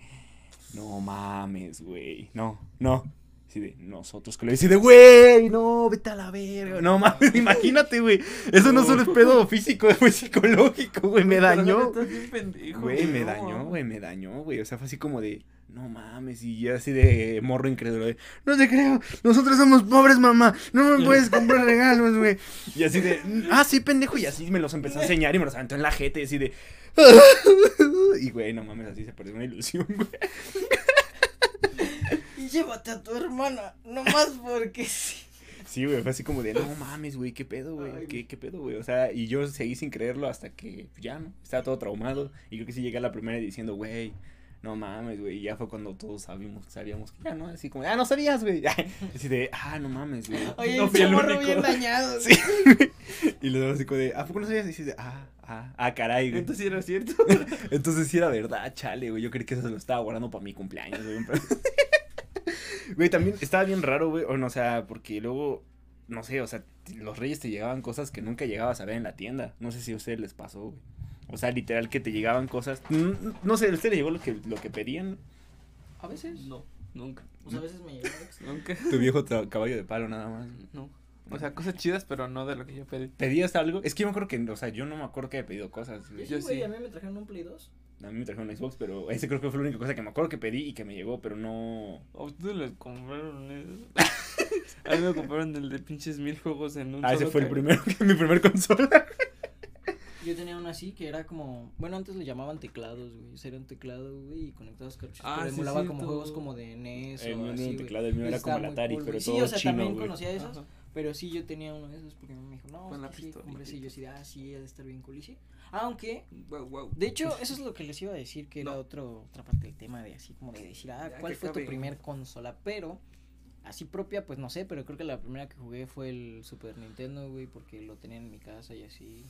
no mames, güey. No, no. Así de, nosotros que le dice de, güey, no, vete a la verga. No mames, [LAUGHS] imagínate, güey. Eso no solo es pedo físico, [LAUGHS] fue psicológico, güey. Me dañó.
Estás bien pendejo,
Güey, me
no.
dañó, güey, me dañó, güey. O sea, fue así como de, no mames, y yo así de morro incrédulo, de, no te creo, nosotros somos pobres, mamá, no me puedes comprar regalos, güey. Y así de, ah, sí, pendejo, y así me los empezó a enseñar y me los aventó en la jeta y así de, [LAUGHS] y güey, no mames, así se perdió una ilusión, güey.
Y llévate a tu hermana, nomás porque sí.
Sí, güey, fue así como de, no mames, güey, qué pedo,
Ay,
güey, qué, qué pedo, güey. O sea, y yo seguí sin creerlo hasta que pues, ya, ¿no? Estaba todo traumado. Y creo que sí llegué a la primera diciendo, güey, no mames, güey. Y ya fue cuando todos sabíamos, sabíamos que ya, ¿no? Así como, ah, no sabías, güey. [LAUGHS] Así de, ah, no mames, güey.
Oye,
No
no
fui el
morro
único.
bien dañado.
[LAUGHS] Sí. Y luego así como de, ¿a poco no sabías? Y dices, ah, ah, ah, caray, güey. Entonces,
Entonces era cierto.
sí era verdad, chale, güey. Yo creí que eso se lo estaba guardando para mi cumpleaños, güey. pero- [LAUGHS] Güey, también estaba bien raro, güey. O, no, o sea, porque luego, no sé, o sea, t- los reyes te llegaban cosas que nunca llegabas a ver en la tienda. No sé si a ustedes les pasó, güey. O sea, literal que te llegaban cosas. mm, No sé, a ustedes les llegó lo que, lo que pedían.
A veces,
[LAUGHS] No, nunca.
pues a veces me llegó ex.
Nunca.
Tu viejo tra- caballo de palo, nada más.
No. O sea, cosas chidas, pero no de lo que yo pedí.
¿Pedías algo? Es que yo me acuerdo que, o sea, yo no me acuerdo que haya pedido cosas, güey.
Yo
Yo sí, güey,
sí.
a mí me trajeron un Play 2.
A mí me trajeron un Xbox, pero ese creo que fue la única cosa que me acuerdo que pedí y que me llegó, pero no.
¿A ustedes les compraron [LAUGHS] eso? A mí me compraron el de pinches mil juegos en un
Ah, ese
solo
fue el
ca-
primero, [LAUGHS] mi primer consola.
Yo tenía uno así que era como, bueno, antes le llamaban teclados, güey. Ese era un teclado, güey, y conectabas cartuchos,
Ah,
pero
sí,
emulaba
cierto.
como juegos como de NES
El
o
mío no
así,
era un
güey.
teclado, el mío
Y
era
estaba
como el
muy
Atari,
cool,
pero
güey. Sí,
todo
o sea,
chino,
también
güey.
conocía esos,
Ajá.
pero sí yo tenía uno de esos porque mi mamá me dijo, "No,
Con
es
la
que sí,
pistolita
compré ese",
y
y yo
todo.
sí, ah, sí, ha de estar bien cool, y sí. Aunque
Guau, guau.
De hecho, eso es lo que les iba a decir, que era
No.
otro, otra parte del tema de así como de decir, ah,
Ya
¿cuál
que
fue tu
acabe.
primer consola? Pero, así propia, pues no sé, pero creo que la primera que jugué fue el Super Nintendo, güey, porque lo tenía en mi casa y así.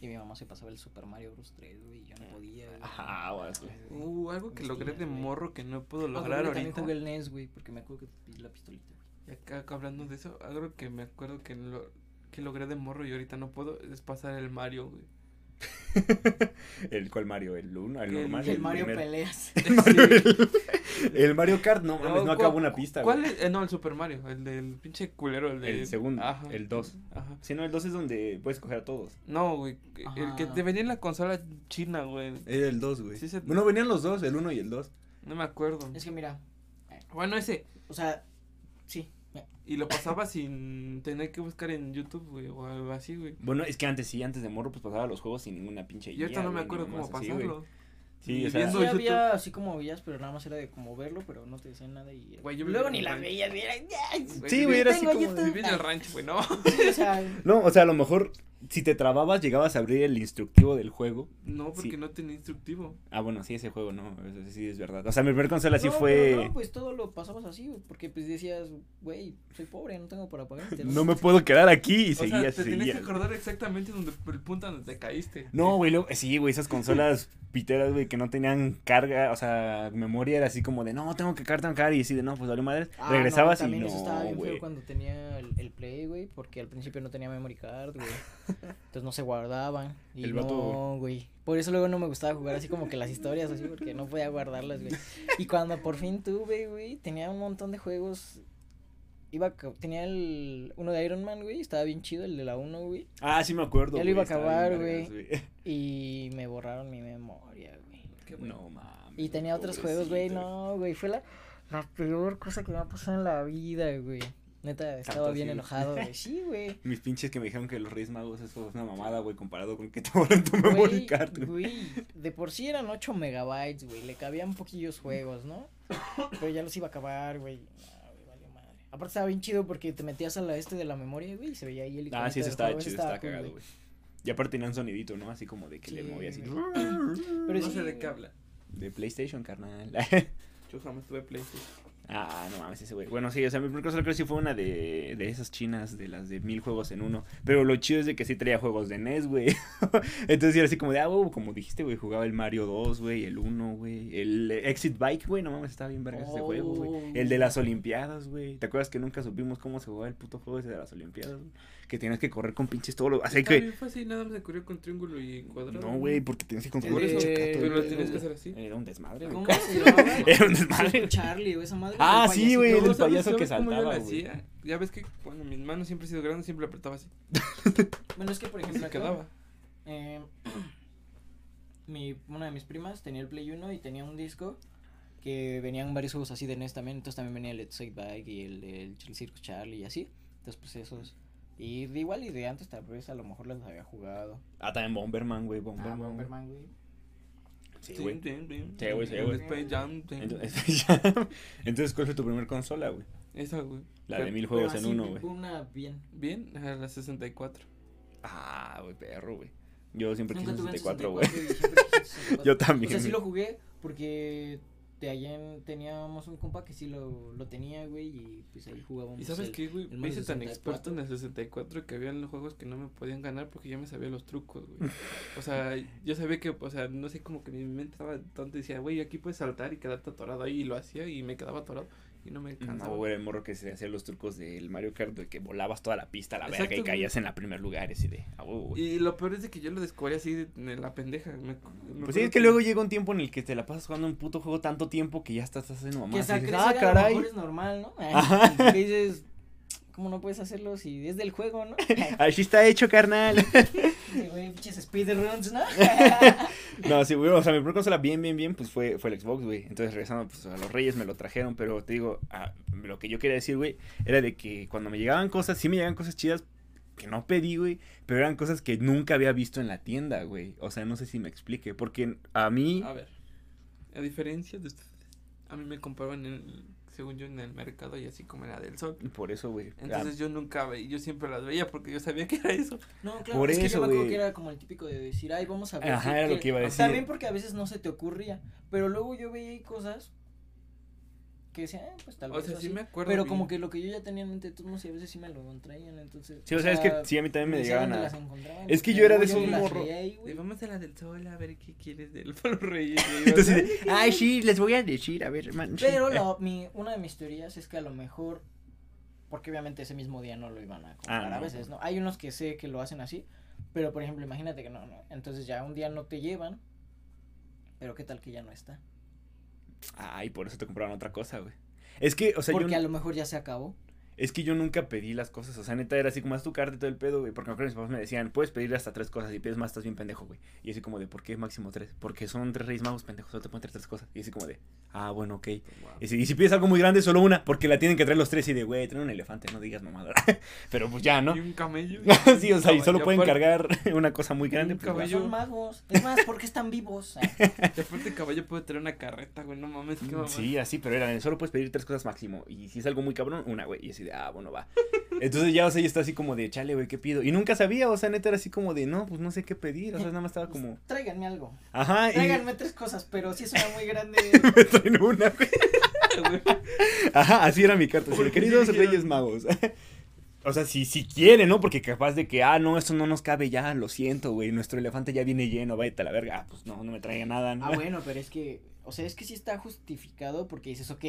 Y mi mamá se pasaba el Super Mario Bros. 3, güey, y yo no podía. güey.
Ajá, aguas, güey.
Ah,
Eh, Uh, algo que logré de
Bestia,
morro que no puedo
güey,
lograr
ah, También
ahorita.
jugué el NES, güey, porque me acuerdo que te pedí la pistolita, güey.
Y acá hablando de eso, algo que me acuerdo que, lo- que logré de morro y ahorita no puedo es pasar el Mario,
[LAUGHS]
güey.
¿El cuál Mario? ¿El 1? ¿El
El-
normal?
Sí,
el Mario
primero?
Peleas.
El Mario, el Mario Kart, no mames, no
¿cuál-
acabó una pista, güey.
¿Cuál es? Eh, no, el Super Mario, el del pinche culero, el de...
El segundo, el dos.
Ajá.
Si no, el 2 es donde puedes coger a todos.
No, güey, el que
Ajá.
te venía en la consola china, güey.
Era el 2, güey.
Sí, se-
Bueno, venían los dos, el 1 y el 2.
No me acuerdo.
Es que mira,
Bueno, ese.
o sea, sí.
Y lo pasaba sin tener que buscar en YouTube, güey, o algo así, güey.
Bueno, es que antes sí, antes de morro, pues pasaba los juegos sin ninguna pinche
Y ahorita
guía,
no me
güey,
acuerdo
nada
cómo
más así, güey.
pasarlo.
Sí, o sea,
Viviendo- No,
Sí
yo
había así como vías, pero nada más era de como verlo, pero no te decían nada y... era-
Güey, yo
Luego
vivía
ni
en
las
el
veías, güey, era- ay,
Sí, güey, era así
tengo
como
YouTube.
Viví en el rancho, güey, no.
[LAUGHS]
Sí, o sea,
No, o sea, a lo mejor si te trababas, llegabas a abrir el instructivo del juego.
No, porque
Sí.
no tenía instructivo.
Ah, bueno, sí, ese juego no, eso sí es verdad. O sea, mi primer consola sí
no,
fue.
pero No, pues todo lo pasamos así, güey, porque pues decías, güey, soy pobre, no tengo para
[LAUGHS]
pagar internet".
No me puedo quedar aquí y
o sea,
seguía,
te tenías
seguía.
que acordar exactamente donde el punto donde te caíste.
No, güey, luego- sí, güey, esas consolas piteras, güey, que no tenían carga, o sea, memoria era así como de, no, tengo que cargar y así de, no, pues vale madre.
Ah,
Regresabas
no,
y
también
no,
eso estaba bien feo
güey.
cuando tenía el, el Play, güey, porque al principio no tenía memory
[LAUGHS]
card, güey. Entonces no se guardaban. Y
El vato-
no, güey. Por eso luego no me gustaba jugar así como que las historias así, porque no podía guardarlas, güey. Y cuando por fin tuve, güey, tenía un montón de juegos. Iba, a ca- tenía el uno de Iron Man, güey, estaba bien chido, el de la 1, güey.
Ah, sí me acuerdo.
Ya lo iba a
güey, estaba bien
acabar,
vergas,
Y me borraron mi memoria, güey.
Qué bueno.
No mames.
Y tenía otros juegos, güey, no, güey, fue la, la peor cosa que me ha pasado en la vida, güey. Neta, estaba
Tanto
bien
así.
enojado,
[LAUGHS]
güey. Sí, güey.
Mis pinches que me dijeron que los Reyes Magos, eso es una mamada, güey, comparado con que [LAUGHS] te borran tu memory
Güey,
card, güey.
güey, de por sí eran 8 megabytes, güey, le cabían poquillos juegos, ¿no? Pero ya los iba a acabar, güey. No, güey, valió madre. Aparte estaba bien chido porque te metías a la este de la memoria, güey, y se veía ahí el
Ah, sí, eso
iconito del
estaba
juego,
chido,
eso
estaba
cool,
cagado, güey. Y aparte tenía un sonidito, ¿no? Así como de que le
Sí,
movía así. [LAUGHS]
güey.
No
Pero sí,
sé de qué habla.
De PlayStation, carnal. [LAUGHS]
Yo jamás tuve PlayStation.
ah, no mames, ese güey. Bueno, sí, o sea, mi primer consola creo que sí fue una de, de esas chinas, de las de mil juegos en uno. Pero lo chido es de que sí traía juegos de NES, güey. [LAUGHS] Entonces era así como de, ah, wow, como dijiste, güey, jugaba el Mario 2, güey, el 1, güey. El eh, Exit Bike, güey, no mames, estaba bien vergas ese juego, güey.
Oh.
El de las Olimpiadas, güey. ¿Te acuerdas que nunca supimos cómo se jugaba el puto juego ese de las Olimpiadas, güey? Que tenías que correr con pinches todo lo... Así
Está
que...
bien fácil, nada más se corrió con triángulo y cuadrado.
No, güey, porque tenías que Eh, controlar
Por
el
eso,
chicato,
pero lo
güey.
tienes que hacer así.
Era un desmadre, güey.
¿Cómo se llamaba?
[LAUGHS] Era un desmadre.
Charlie o esa madre.
Ah,
el
sí,
payasito,
güey, el
No,
del payaso que
cómo yo
saltaba,
la
güey.
hacía? Ya ves que, bueno, mis manos siempre han sido grandes, siempre la apretaba así.
Bueno, es que por
Y
ejemplo
se
acá,
quedaba.
eh, [CLEARS THROAT] mi, una de mis primas tenía el Play 1 y tenía un disco que venían varios juegos así de NES también, entonces también venía el de Side Bike y el del Ch- Circus Charlie y así, entonces pues esos, y de igual y de antes tal vez a lo mejor los había jugado.
Ah, también Bomberman, güey, Bomberman.
Ah,
güey.
Bomberman, güey.
Sí, güey.
Tin, tin, tin.
Sí, güey, sí,
El
güey.
Space Jam, tin.
Entonces, [LAUGHS] ya. Entonces, ¿cuál fue tu primer consola, güey?
Esa, güey.
La
Fue
de mil juegos
Pero
en
así,
uno, güey.
Una bien.
Bien, a la 64.
Ah, güey, perro, güey. Yo siempre quise
Nunca
un
tuve un
64, güey.
64 y siempre quise un
[LAUGHS]
64.
Yo también.
O sea, sí lo jugué porque de allá en- teníamos un compa que sí lo, lo tenía, güey, y pues ahí jugábamos.
¿Y sabes
el-
qué, güey?
el
Me hice
Mario
tan experto
64.
en el 64 que había en los juegos que no me podían ganar porque yo me sabía los trucos,
[LAUGHS]
güey. O sea, yo sabía que, o sea, no sé, como que mi mente estaba tonta y decía, güey, aquí puedes saltar y quedarte atorado ahí. Y lo hacía y me quedaba atorado y no me cansaba.
No, güey, el morro que se hacía los trucos del Mario Kart, de que volabas toda la pista a la verga
Exacto,
y
güey.
caías en la primer lugar, así de. ah, güey, güey.
Y lo peor es de que yo lo descubrí así de- en la pendeja. Me- me acuerdo
Pues sí, es que luego llega un tiempo en el que te la pasas jugando un puto juego tanto tiempo que ya estás haciendo
Que
mamás.
hasta
y dices,
crecer
Ah,
a lo
caray.
mejor es normal, ¿no? [LAUGHS]
Ajá.
Que dices, ¿cómo no puedes hacerlo si es del
[LAUGHS]
juego, no?
Así está hecho, carnal.
Y, Güey, pinches
[LAUGHS]
speedruns, ¿no?
No, sí, güey, o sea, mi primer consola bien, bien, bien, pues fue, fue el Xbox, güey. Entonces, regresando, pues, a los Reyes me lo trajeron, pero te digo, ah, lo que yo quería decir, güey, era de que cuando me llegaban cosas, sí me llegaban cosas chidas que no pedí, güey, pero eran cosas que nunca había visto en la tienda, güey. O sea, no sé si me explique, porque a mí...
A ver, a diferencia de ustedes, a mí me compraban, en- según yo, en el mercado y así como en la del sol.
Por eso, güey. ah,
Entonces yo nunca veía, yo siempre las veía porque yo sabía que era eso.
No, claro,
Por
es que
eso,
yo me acuerdo
güey.
que era como el típico de decir, ay, vamos a ver.
Ajá,
si
era lo
quiere".
que iba a
Está
decir.
bien porque a veces no se te ocurría, pero luego yo veía ahí cosas que decía, "Ah, pues tal
O
vez.
sea, sí
así".
me acuerdo
Pero
bien.
como que lo que yo ya tenía en mente de todos modos y a veces sí me lo traían, entonces.
sí, o sea, es que sí, a mí también me
ni sé
llegaban
dónde
a...
las encontraban,
Es que
ni
yo era de
cómo,
esos
las
morro-
veía ahí, güey.
Y vamos a la del sol a ver qué quieres del Palo Reyes. Y yo,
[LAUGHS] Entonces,
"Ay,
de, ay, sí, les voy a decir, a ver, hermano. sí". eh.
Pero la- mi, una de mis teorías es que a lo mejor, porque obviamente ese mismo día no lo iban a comprar a
Ah, no.
veces, ¿no? Hay unos que sé que lo hacen así, pero por ejemplo, imagínate que no, no. Entonces ya un día no te llevan, pero qué tal que ya no está.
Ay, por eso te compraron otra cosa, güey. Es que, o sea,
porque
yo...
a lo mejor ya se acabó.
Es que yo nunca pedí las cosas, o sea, neta era así como haz tu carta y todo el pedo, güey, porque me acuerdo que mis papás me decían, puedes pedir hasta tres cosas, y pides más, estás bien pendejo, güey. Y así como de, ¿por qué máximo tres? Porque son tres reyes magos pendejos, solo te pueden traer tres cosas. Y así como de, ah, bueno, ok. Y si, y si pides algo muy grande, solo una, porque la tienen que traer los tres, y de, güey, traen un elefante, no digas mamada. [LAUGHS] Pero pues ya, ¿no?
Y un camello.
[LAUGHS] sí, o sea, y solo pueden
aparte-
cargar [LAUGHS] una cosa muy grande.
un
pues, va.
caballo.
Son magos. Es más, porque
[LAUGHS]
están vivos? Ah,
Y aparte el caballo puede traer una carreta, güey, no mames, qué mamá.
Mm, Sí, así, pero era, solo puedes pedir tres cosas máximo. Y si es algo muy cabrón, una, güey. Y así de, ah, bueno,
[LAUGHS]
va. Entonces ya, o sea, ya está así como de, chale, güey, ¿qué pido? Y nunca sabía, o sea, neta era así como de, no, pues no sé qué pedir. O sea, nada más estaba como,
Tráiganme algo.
ajá, [LAUGHS] y
Tráiganme tres cosas, pero si es una
[LAUGHS]
muy grande.
me traen una, güey.
[LAUGHS] güey.
Ajá, así era mi carta. Así de,
Porque
queridos
dijeron-
Reyes Magos. [LAUGHS] O sea, si, si quiere, ¿no? Porque capaz de que, ah, no, esto no nos cabe ya, lo siento, güey, nuestro elefante ya viene lleno, vete a la verga. Ah, pues no, no me traiga nada, ¿no?
Ah,
[LAUGHS]
bueno, pero es que, o sea, es que sí está justificado porque dices, ok,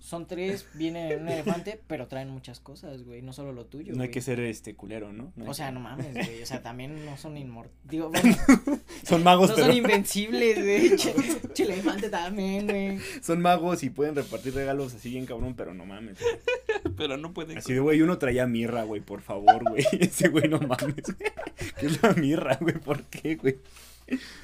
son tres, viene un elefante, pero traen muchas cosas, güey, no solo lo tuyo.
no hay
güey.
que ser este culero, ¿no? No hay
O sea,
que-
no mames, güey, o sea, también no son inmortales.
[LAUGHS]
Digo, bueno,
son magos,
no
pero
son invencibles,
[LAUGHS]
güey. Che, che, elefante también, güey.
son magos y pueden repartir regalos así bien cabrón, pero no mames.
Pero no pueden.
Así de, güey, uno traía mirra, güey, por favor, güey. [LAUGHS] Ese güey, no mames. [LAUGHS] ¿Qué es la mirra, güey? ¿Por qué, güey?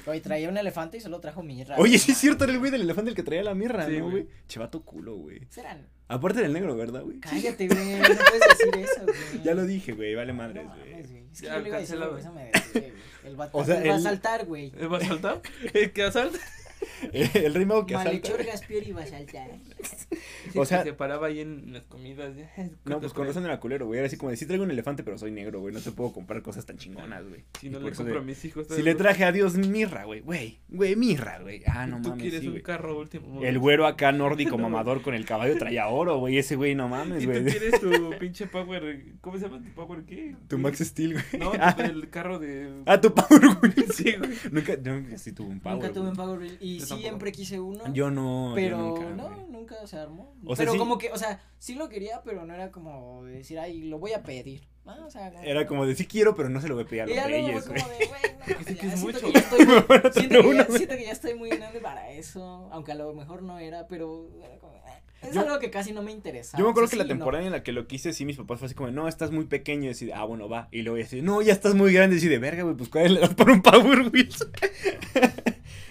Güey, traía un elefante y solo trajo mirra.
Oye, sí es cierto, era el güey del elefante el que traía la mirra,
Sí,
¿no,
güey.
güey? Chevato culo, güey.
Serán.
Aparte del negro, ¿verdad, güey?
Cállate, güey, no puedes decir eso,
[LAUGHS]
güey.
Ya lo dije, güey, vale
No
madres, [LAUGHS]
mames,
güey.
güey. Es que
Ya,
yo le iba a decir,
cancela, güey.
güey, eso me desvié, güey. El
[LAUGHS]
vato
O sea,
va a
el-
saltar, güey.
¿Eh, ¿Va
[LAUGHS]
a saltar? ¿El que asalta?
El rey mago que asalta.
Malhechor Gaspiori va a saltar.
Sí,
sea-
que [LAUGHS] se paraba ahí en las comidas. ya, [LAUGHS]
No, pues con
corta,
razón era culero, güey. Era así como de, sí traigo un elefante, pero soy negro, güey. No te puedo comprar cosas tan chingonas, güey.
Si
Y
no
por
le
eso de-
compro a mis hijos.
Si le traje a Dios mirra, güey. Güey, güey, mirra, güey. Ah, no
Tú
mames,
quieres
sí,
un
güey.
carro último. modelo.
El güero acá nórdico
No, güey.
mamador con el caballo traía oro, güey. Ese güey, no mames,
[LAUGHS] Y tú
güey.
quieres tu pinche power. ¿Cómo se llama tu power qué?
Tu Max Steel, güey.
No,
[LAUGHS] ah,
tu- el carro de.
ah, tu Power, güey.
Sí, güey.
Nunca, nunca sí tuve un [LAUGHS] Power.
nunca tuve
güey.
un Power Rangers y
Yo
siempre
tampoco.
quise uno.
Yo no, yo
pero
nunca,
no,
güey.
nunca se armó.
O sea,
pero
sí-
como que, o sea, sí lo quería, pero no era como de decir, ay, lo voy a pedir. Ah, o sea,
Era como de sí quiero, pero no se lo voy a pedir a
Y
los
ya luego
reyes,
fue
güey.
como de, güey, no,
Sí,
ya,
que es
siento
mucho.
que
[LAUGHS]
ya estoy muy-
Bueno,
siento que
uno,
ya-
güey.
siento que ya estoy muy grande para eso, aunque a lo mejor no era, pero era como, eh, es
Yo-
algo que casi no me interesaba.
Yo me acuerdo
"Ah,
que
Sí,
la
sí, no.
temporada en la que lo quise, sí, mis papás fue así como, no, estás muy pequeño. Y así, de, ah, bueno, va. Y luego así, no, ya estás muy grande. Y así, de verga, güey, pues cuál es la edad para un Power Wheels. [LAUGHS]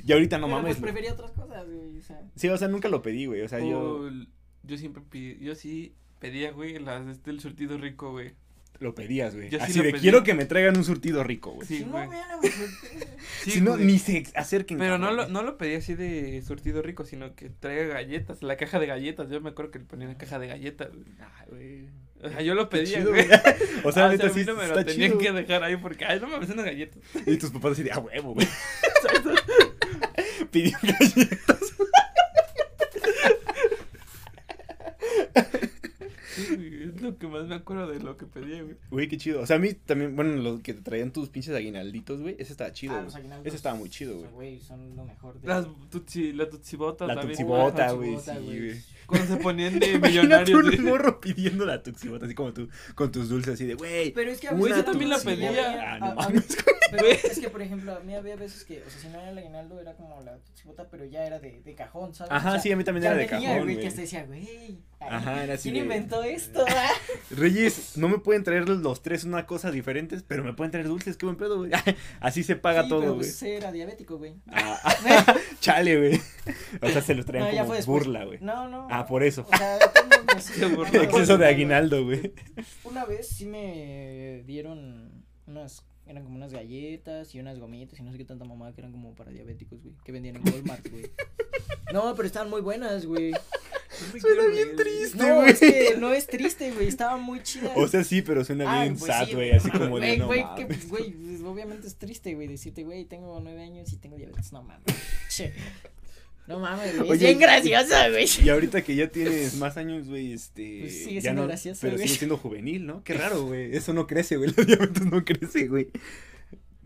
y ahorita no
Pero,
mames.
pues,
güey.
prefería otras cosas, güey, o sea.
sí, o sea, nunca lo pedí, güey. O sea, yo
O el- Yo siempre pedí. Yo sí pedía, güey, las este, el surtido rico, güey.
lo pedías, güey.
Yo sí
Así
lo
de,
pedí.
quiero que me traigan un surtido rico, güey.
Sí,
si no, pues,
güey.
vean la oportunidad.
Sí,
si no,
güey.
ni se acerquen.
Pero no
cabrón.
lo, no lo pedí así de surtido rico, sino que traiga galletas, la caja de galletas. Yo me acuerdo que le ponían la caja de galletas. güey.
Ah, güey.
O sea, yo lo
Está
pedía,
chido,
güey.
güey. [LAUGHS] O sea,
Ah,
neta,
a mí
sí,
no me lo
está
tenían
chido.
que dejar ahí porque, ay, no mames, una galleta.
Y tus papás así de, ah, huevo,
[LAUGHS]
güey. Pidió galletas.
Sí, güey, es lo que más me acuerdo de lo que pedí, güey.
[LAUGHS] Güey, qué chido. O sea, a mí también, bueno, lo que te traían tus pinches aguinalditos, güey, ese estaba chido,
Ah,
güey.
los aguinaldos.
ese estaba muy chido,
O sea,
güey.
güey, son lo mejor de
Las tutsi, la tutsibota
La
también.
tutsibota,
Ajá,
güey,
Tutsibota,
sí, güey.
Cuando se ponían
[LAUGHS]
de
Imagínate
millonarios,
un
güey.
morro pidiendo la tuxibota, así como tú, con tus dulces, así de, güey.
Pero es que a
Güey,
veces
yo también la
sí, güey,
pedía.
Ah, no
a- a-
mames. [LAUGHS]
Pero
Güey.
es que, por ejemplo, a mí había veces que, o sea, si no era el aguinaldo, era como la chibota, pero ya era de, de cajón, ¿sabes?
Ajá,
O sea,
sí, a mí también
ya
era de
venía,
cajón,
güey.
güey.
Que hasta decía, güey, ay,
Ajá, era así
¿quién
de- [LAUGHS]
inventó esto? ah?
Reyes, no me pueden traer los tres una cosa diferentes, pero me pueden traer dulces, qué buen pedo, güey. [LAUGHS] Así se paga
Sí,
todo,
pero,
güey.
pues, era diabético, güey.
[LAUGHS] Ah, chale, güey. O sea, se los
No,
traían
ya fue
como
después.
burla, güey.
No, no.
Ah, por eso.
O sea, todo el
[LAUGHS]
mundo así,
Se burló.
no, no,
Exceso
no,
de
no,
aguinaldo, güey.
Una vez sí me dieron unas, eran como unas galletas y unas gomitas y no sé qué tanta mamada que eran como para diabéticos, güey, que vendían en Walmart,
[LAUGHS]
güey. No, pero estaban muy buenas, güey.
Suena bien triste.
No,
güey.
es que no es triste, güey, estaban muy chidas.
O sea, sí, pero suena
Ah,
bien
pues
sad,
sí,
güey.
güey.
así como de
Güey,
no.
güey, que,
mames.
pues, güey, pues, obviamente es triste, güey, decirte, güey, tengo nueve años y tengo diabetes, no mames. [LAUGHS] Che. No mames, güey. Es
Oye,
bien graciosa, güey.
Y ahorita que ya tienes más años, güey, este.
Pues sigue
ya
siendo
no-
gracioso,
Pero
güey.
sigue siendo juvenil, ¿no? Qué raro,
[LAUGHS]
güey. Eso no crece, güey. [LAUGHS] La diabetes no crece, güey.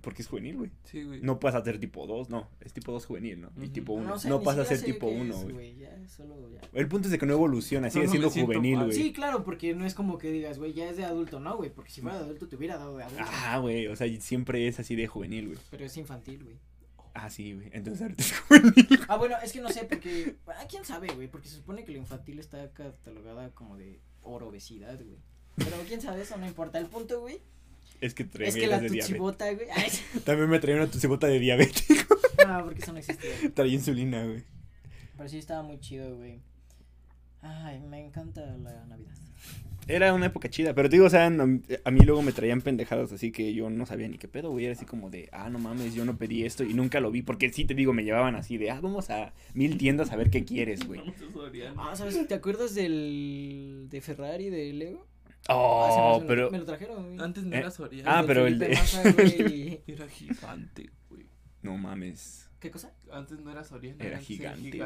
Porque es juvenil, güey.
Sí, güey.
No pasa a ser tipo 2, no. Es tipo 2 juvenil, ¿no? Y
Ujú.
tipo 1. No,
sé, ni
pasa a
siquiera
ser
sé
tipo
qué
1,
es,
güey.
güey. Ya, solo ya.
El punto es de que no evoluciona, sigue
No, no
siendo
me siento
juvenil,
mal.
güey.
Sí, claro, porque no es como que digas, güey, ya es de adulto, no, güey, porque si fuera de adulto te hubiera dado de adulto.
Ajá, güey. O sea, y siempre es así de juvenil, güey.
Pero es infantil, güey.
Ah, sí, güey. Entonces ahorita es juvenil.
Ah, bueno, es que no sé, porque. Ah, quién sabe, güey, porque se supone que lo infantil está catalogada como de por obesidad, güey. Pero quién sabe, eso no importa. El punto, güey,
Es que traía
es que la
de diabetes.
tuchibota, güey. [LAUGHS] Ay,
También me traía una tuchibota de diabetes.
no, Ah, porque eso no existía.
traía insulina, güey.
Pero sí estaba muy chido, güey. Ay, me encanta la Navidad.
Era una época chida, pero te digo, o sea, no- a mí luego me traían pendejadas así que yo no sabía ni qué pedo, güey. Era así como de, ah, no mames, yo no pedí esto y nunca lo vi. Porque sí te digo, me llevaban así de, ah, vamos a mil tiendas a ver qué quieres, güey.
Vamos a Soriana.
Ah, ¿sabes? ¿Te acuerdas del. de Ferrari, de Lego? Ah, se me-
Oh,
se me-
pero.
Me lo trajeron, güey.
Antes no
Eh,
era Soriana.
Ah, pero el
Felipe
de- [LAUGHS]
Massa, güey.
Era gigante, güey.
No mames.
¿Qué cosa?
Antes no era Soriana.
Era
antes
gigante,
güey.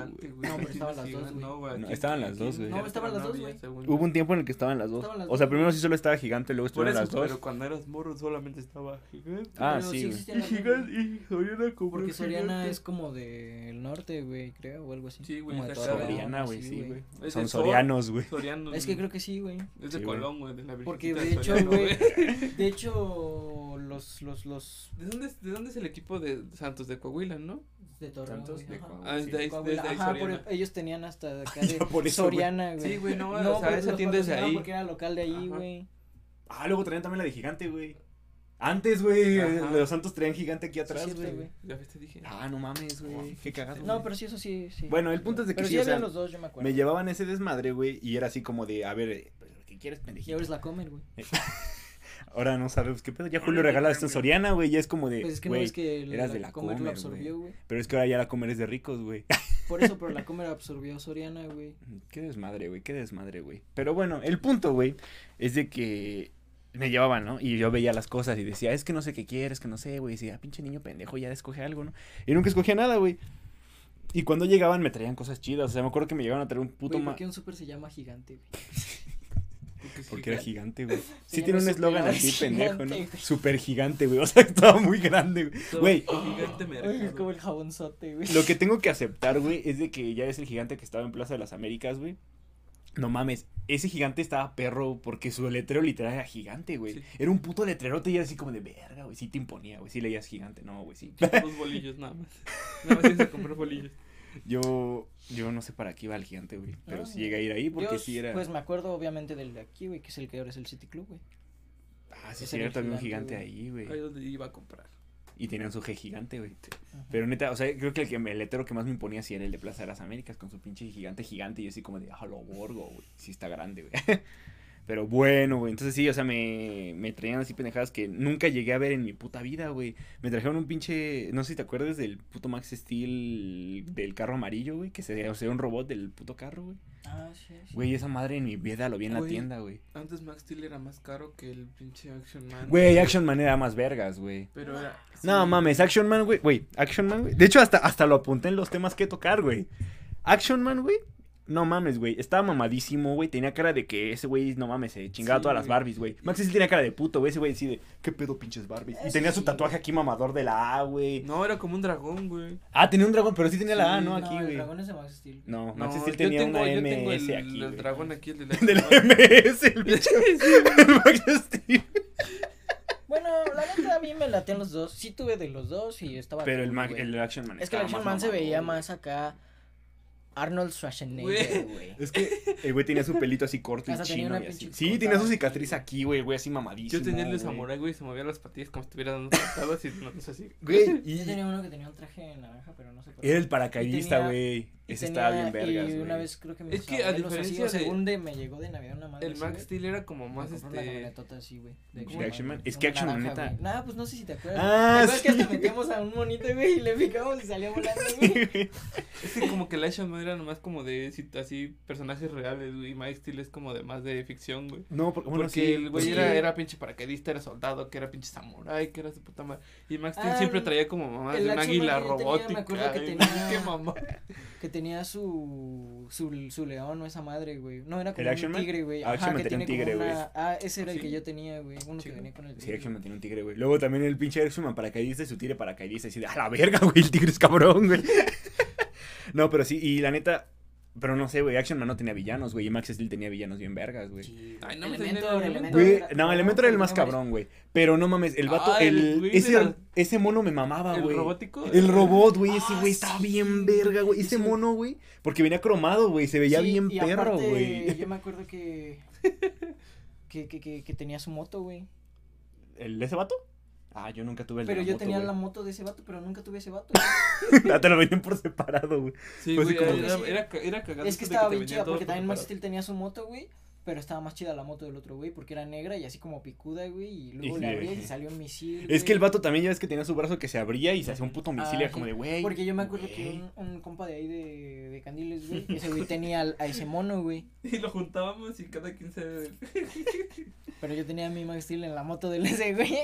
No, pero estaban las
Gigante,
dos, güey.
No, güey,
No,
aquí-
estaban las
aquí
dos,
en
güey.
No,
Querétaro
estaban las dos,
había,
güey.
según yo.
Hubo un tiempo en el que estaban las dos.
Estaban las
o sea,
dos.
primero sí solo estaba gigante, luego
Por
estuvieron
eso,
las dos.
pero cuando eras morro solamente estaba gigante.
Ah,
Pero
sí, güey.
existen
Y
las dos,
gigante,
güey.
y Soriana como
Porque Soriana es como del norte, güey, creo, o algo así.
Sí, güey,
Como de
es
Torreón,
Soriana, güey,
así,
sí, güey.
Es de
Son
Sor-
sorianos, güey.
Soriano.
Es que creo que sí, güey.
mm, Es de
Sí, güey.
Colón, güey, de la
Porque de
Virgencita
hecho,
Soriano,
güey, [LAUGHS] de hecho, los, los, los
¿De dónde, es- ¿De dónde es el equipo de Santos de Coahuila, no?
de Torreón,
Santos
güey,
de
ajá.
Coahuila.
Ah, es de ahí,
Coahuila,
desde ahí
ajá, por-
Soriana.
ellos tenían hasta
[LAUGHS]
de acá
Ya [LAUGHS] por
de
eso, güey.
Soriana, güey.
Sí, güey, no, o sea,
pero
esa
los
tienda es de
patrocinaban
ahí.
Porque era local de ahí,
Ajá.
güey.
Ah, luego traían también la de gigante, güey. Antes, güey,
Ajá.
los santos traían gigante aquí
Sí,
atrás,
cierto,
güey.
güey.
Ya ves, te dije.
Ah, no mames, güey. Qué cagado.
No,
güey.
pero sí, eso sí, sí.
Bueno, el punto es de que
pero
sí,
sí,
o
había
sea,
los dos, yo me acuerdo.
Me llevaban ese desmadre, güey, y era así como de, a ver, eh, ¿qué quieres,
Y
pendejito?
ahora es la comer, güey.
Ahora no sabemos qué pedo. Ya Julio regala esto a Soriana, güey, ya es como de,
Pues es que no
güey,
es que
eras de la
comer lo
Comer,
absorbió, güey.
pero es que ahora ya la comer es de ricos, güey.
Por eso, pero la comer absorbió Soriana, güey.
Qué desmadre, güey, qué desmadre, güey. Pero bueno, el punto, güey, es de que me llevaban, ¿no? Y yo veía las cosas y decía, es que no sé qué quieres, que no sé, güey. Y decía, "Ah, pinche niño pendejo, ya escoge algo, ¿no? Y nunca escogía nada, güey. Y cuando llegaban me traían cosas chidas. O sea, me acuerdo que me llegaban a traer un puto
Güey,
ma...
¿Por qué un súper se llama gigante, güey?
Porque, es
Porque era
gigante.
gigante,
[LAUGHS]
güey.
Se
Sí tiene un
llama
eslogan así,
Supergigante,
pendejo, ¿no?
güey.
Super gigante, güey. O sea, [LAUGHS] estaba muy grande, güey. Güey,
Gigante
Ay, es
mercado.
como el jabonzote, güey.
Lo que tengo que aceptar, güey, es de que ya es el gigante que estaba en Plaza de las Américas, güey. No mames, ese gigante estaba perro porque su letrero literal era gigante, güey.
Sí.
Era un puto letrerote y era así como de verga, güey. Sí te imponía, güey. Sí leías gigante, no, güey, sí. [LAUGHS]
Dos bolillos nada más. Nada más ibas a comprar bolillos.
Yo, yo no sé para qué iba el gigante, güey. Pero
No,
sí
güey.
llegué a ir ahí porque
Yo,
sí era.
Pues me acuerdo, obviamente, del de aquí, güey, que es el que ahora es el City Club, güey.
ah, sí,
ese
sí,
era
era
el
también un
gigante,
gigante ahí,
Ahí
güey.
donde iba a comprar.
Y tenían su G gigante, güey.
Ajá.
Pero neta, o sea, creo que el, que el letrero que más me imponía sí era el de Plaza de las Américas con su pinche gigante gigante y yo así como de, ah, lo borgo, güey. Sí está grande, güey. [LAUGHS] Pero bueno, güey. Entonces sí, o sea, me, me traían así pendejadas que nunca llegué a ver en mi puta vida, güey. Me trajeron un pinche, no sé si te acuerdas del puto Max Steel del carro amarillo, güey. Que se o sea, un robot del puto carro, güey.
Ah, sí, sí.
Güey, esa madre en mi vida lo vi en la
Güey.
tienda, güey.
Antes Max Steel era más caro que el pinche Action Man.
Güey, Action Man era más vergas, güey.
Pero era.
No
sí.
mames, Action Man, güey. Güey, Action Man, güey. De hecho, hasta, hasta lo apunté en los temas que tocar, güey. Action Man, güey. No mames, güey. Estaba mamadísimo, güey. Tenía cara de que ese güey, no mames, se chingaba
Sí,
todas las
güey.
Barbies, güey. Max Steel tenía cara de puto, güey. Ese güey así de, ¿qué pedo pinches Barbies? Y
Eso
tenía su
sí,
tatuaje
güey.
aquí mamador de la A, güey.
No, era como un dragón, güey.
Ah, tenía un dragón, pero sí tenía la A,
Sí,
¿no?
No,
Aquí,
el
güey.
dragón es de Max Steel. güey.
No,
No,
Max
yo
Steel tenía
tengo, yo
una
tengo
MS
el,
aquí.
el
güey.
dragón aquí, el del
[LAUGHS] Del MS,
[LAUGHS]
el bicho. El Max Steel.
Bueno, la neta a mí me latean los dos. Sí tuve de los dos y estaba.
Pero el,
cool,
Ma-
güey.
el Action Man.
Es que el
estaba más
Action Man se
mamador,
veía
güey.
más acá. Arnold Schwarzenegger, güey.
Es que el güey tenía su pelito así corto y
Hasta tenía
chino
una
y así.
pinche
Sí,
cortada
tenía su
aquí,
cicatriz
güey.
aquí, güey, el güey así mamadísimo.
[LAUGHS] Yo tenía el de
güey.
samurai, güey, se movía las patillas como si estuviera dando patadas y no, no sé
[LAUGHS]
si.
Güey,
Yo
y
tenía uno que tenía un traje naranja, pero no sé por
era el
Y
paracaidista,
tenía-
güey.
Y
Ese
tenía-
estaba bien vergas,
Y
güey.
una vez creo que mis
Es que, a
abuelos así,
diferencia
o
de-
según de me llegó de Navidad una madre.
El
así,
Max
güey,
Steel era como
me
más
compró una
este.
camionetota así, güey,
¿De Action Man? Es que Action Man,
naranja,
neta.
güey. Nah, pues no sé si te acuerdas.
Ah,
¿Te acuerdas que hasta
sí.
metíamos a un monito, güey, y le picábamos y salía volando, güey?
Es que como que el Action Man era nomás como de si- así personajes reales, güey. Y Max Steel es como de más de ficción, güey.
No, porque, bueno,
Porque
sí, pues
el güey
sí.
era, era pinche paracaidista, era soldado, que era pinche samurái, que era su puta madre. Y Max Steel
Ah,
siempre
el-
traía como mamá
el
de un
Action
águila
Man que yo tenía, me
robótica.
acuerdo que
y-
tenía-
[LAUGHS] Qué
[LAUGHS]
mamá.
Que tenía su, su, su león o esa madre, güey. No, era como
¿El Action
un
Man?
tigre, güey.
Action
Ajá,
Man
que
tenía un
tiene como
tigre, güey.
una- Ah, ese era el
¿Sí?
que yo tenía, güey. Uno
Sí,
que
güey.
venía con el
Sí,
tigre.
Action Man tenía un tigre, güey. Luego también el pinche Action Man paracaidista y su tigre [LAUGHS] paracaidista. Y así de, a la verga, güey, el tigre es cabrón, güey. no, pero sí, y la neta, Pero no sé, güey. Action Man no tenía villanos, güey. Y Max Steel tenía villanos bien vergas, güey.
Ay, no,
Elemento,
tenía
elemento.
Güey,
Era-
no,
no,
Elementor era el
no
más
mames.
cabrón, güey. Pero no mames, el vato,
Ah, el
el,
güey de
ese,
la-
ese mono me mamaba,
¿El
Ah, güey.
robótico?
El robot, güey, ese
Ah,
güey estaba
sí,
bien verga, güey. Ese mono, güey, porque venía cromado, güey, se veía
Sí,
bien
y
perro,
aparte,
güey.
Yo me acuerdo que. Que, que, que, que tenía su moto, güey.
¿El ese vato? Ah, yo nunca tuve el de
Pero
la
yo
moto,
tenía
güey. [LAUGHS]
la moto de ese vato, pero nunca tuve ese vato.
Ah, te lo vendían por separado, güey.
Sí,
Pues sí,
güey,
como-
era, era, ca- era cagado.
es que
eso de
estaba
te
bien
vendían
chida,
todo
porque también
por
Max
separado.
Steel tenía su moto, güey. Pero estaba más chida la moto del otro, güey, porque era negra y así como picuda, güey. Y luego
Y
le
sí,
abrías y
sí.
salió un misil.
Es que el
güey.
vato también ya ves que tenía su brazo que se abría y se hacía un puto misil y era
Ah,
como
sí.
de, güey.
Porque yo me acuerdo que
güey.
un, un compa de ahí de, de Candiles, güey, ese güey tenía al- a ese mono, güey.
[LAUGHS] Y lo juntábamos y cada 15. de-
Pero yo tenía a mi Max Steel en la moto del ese, güey.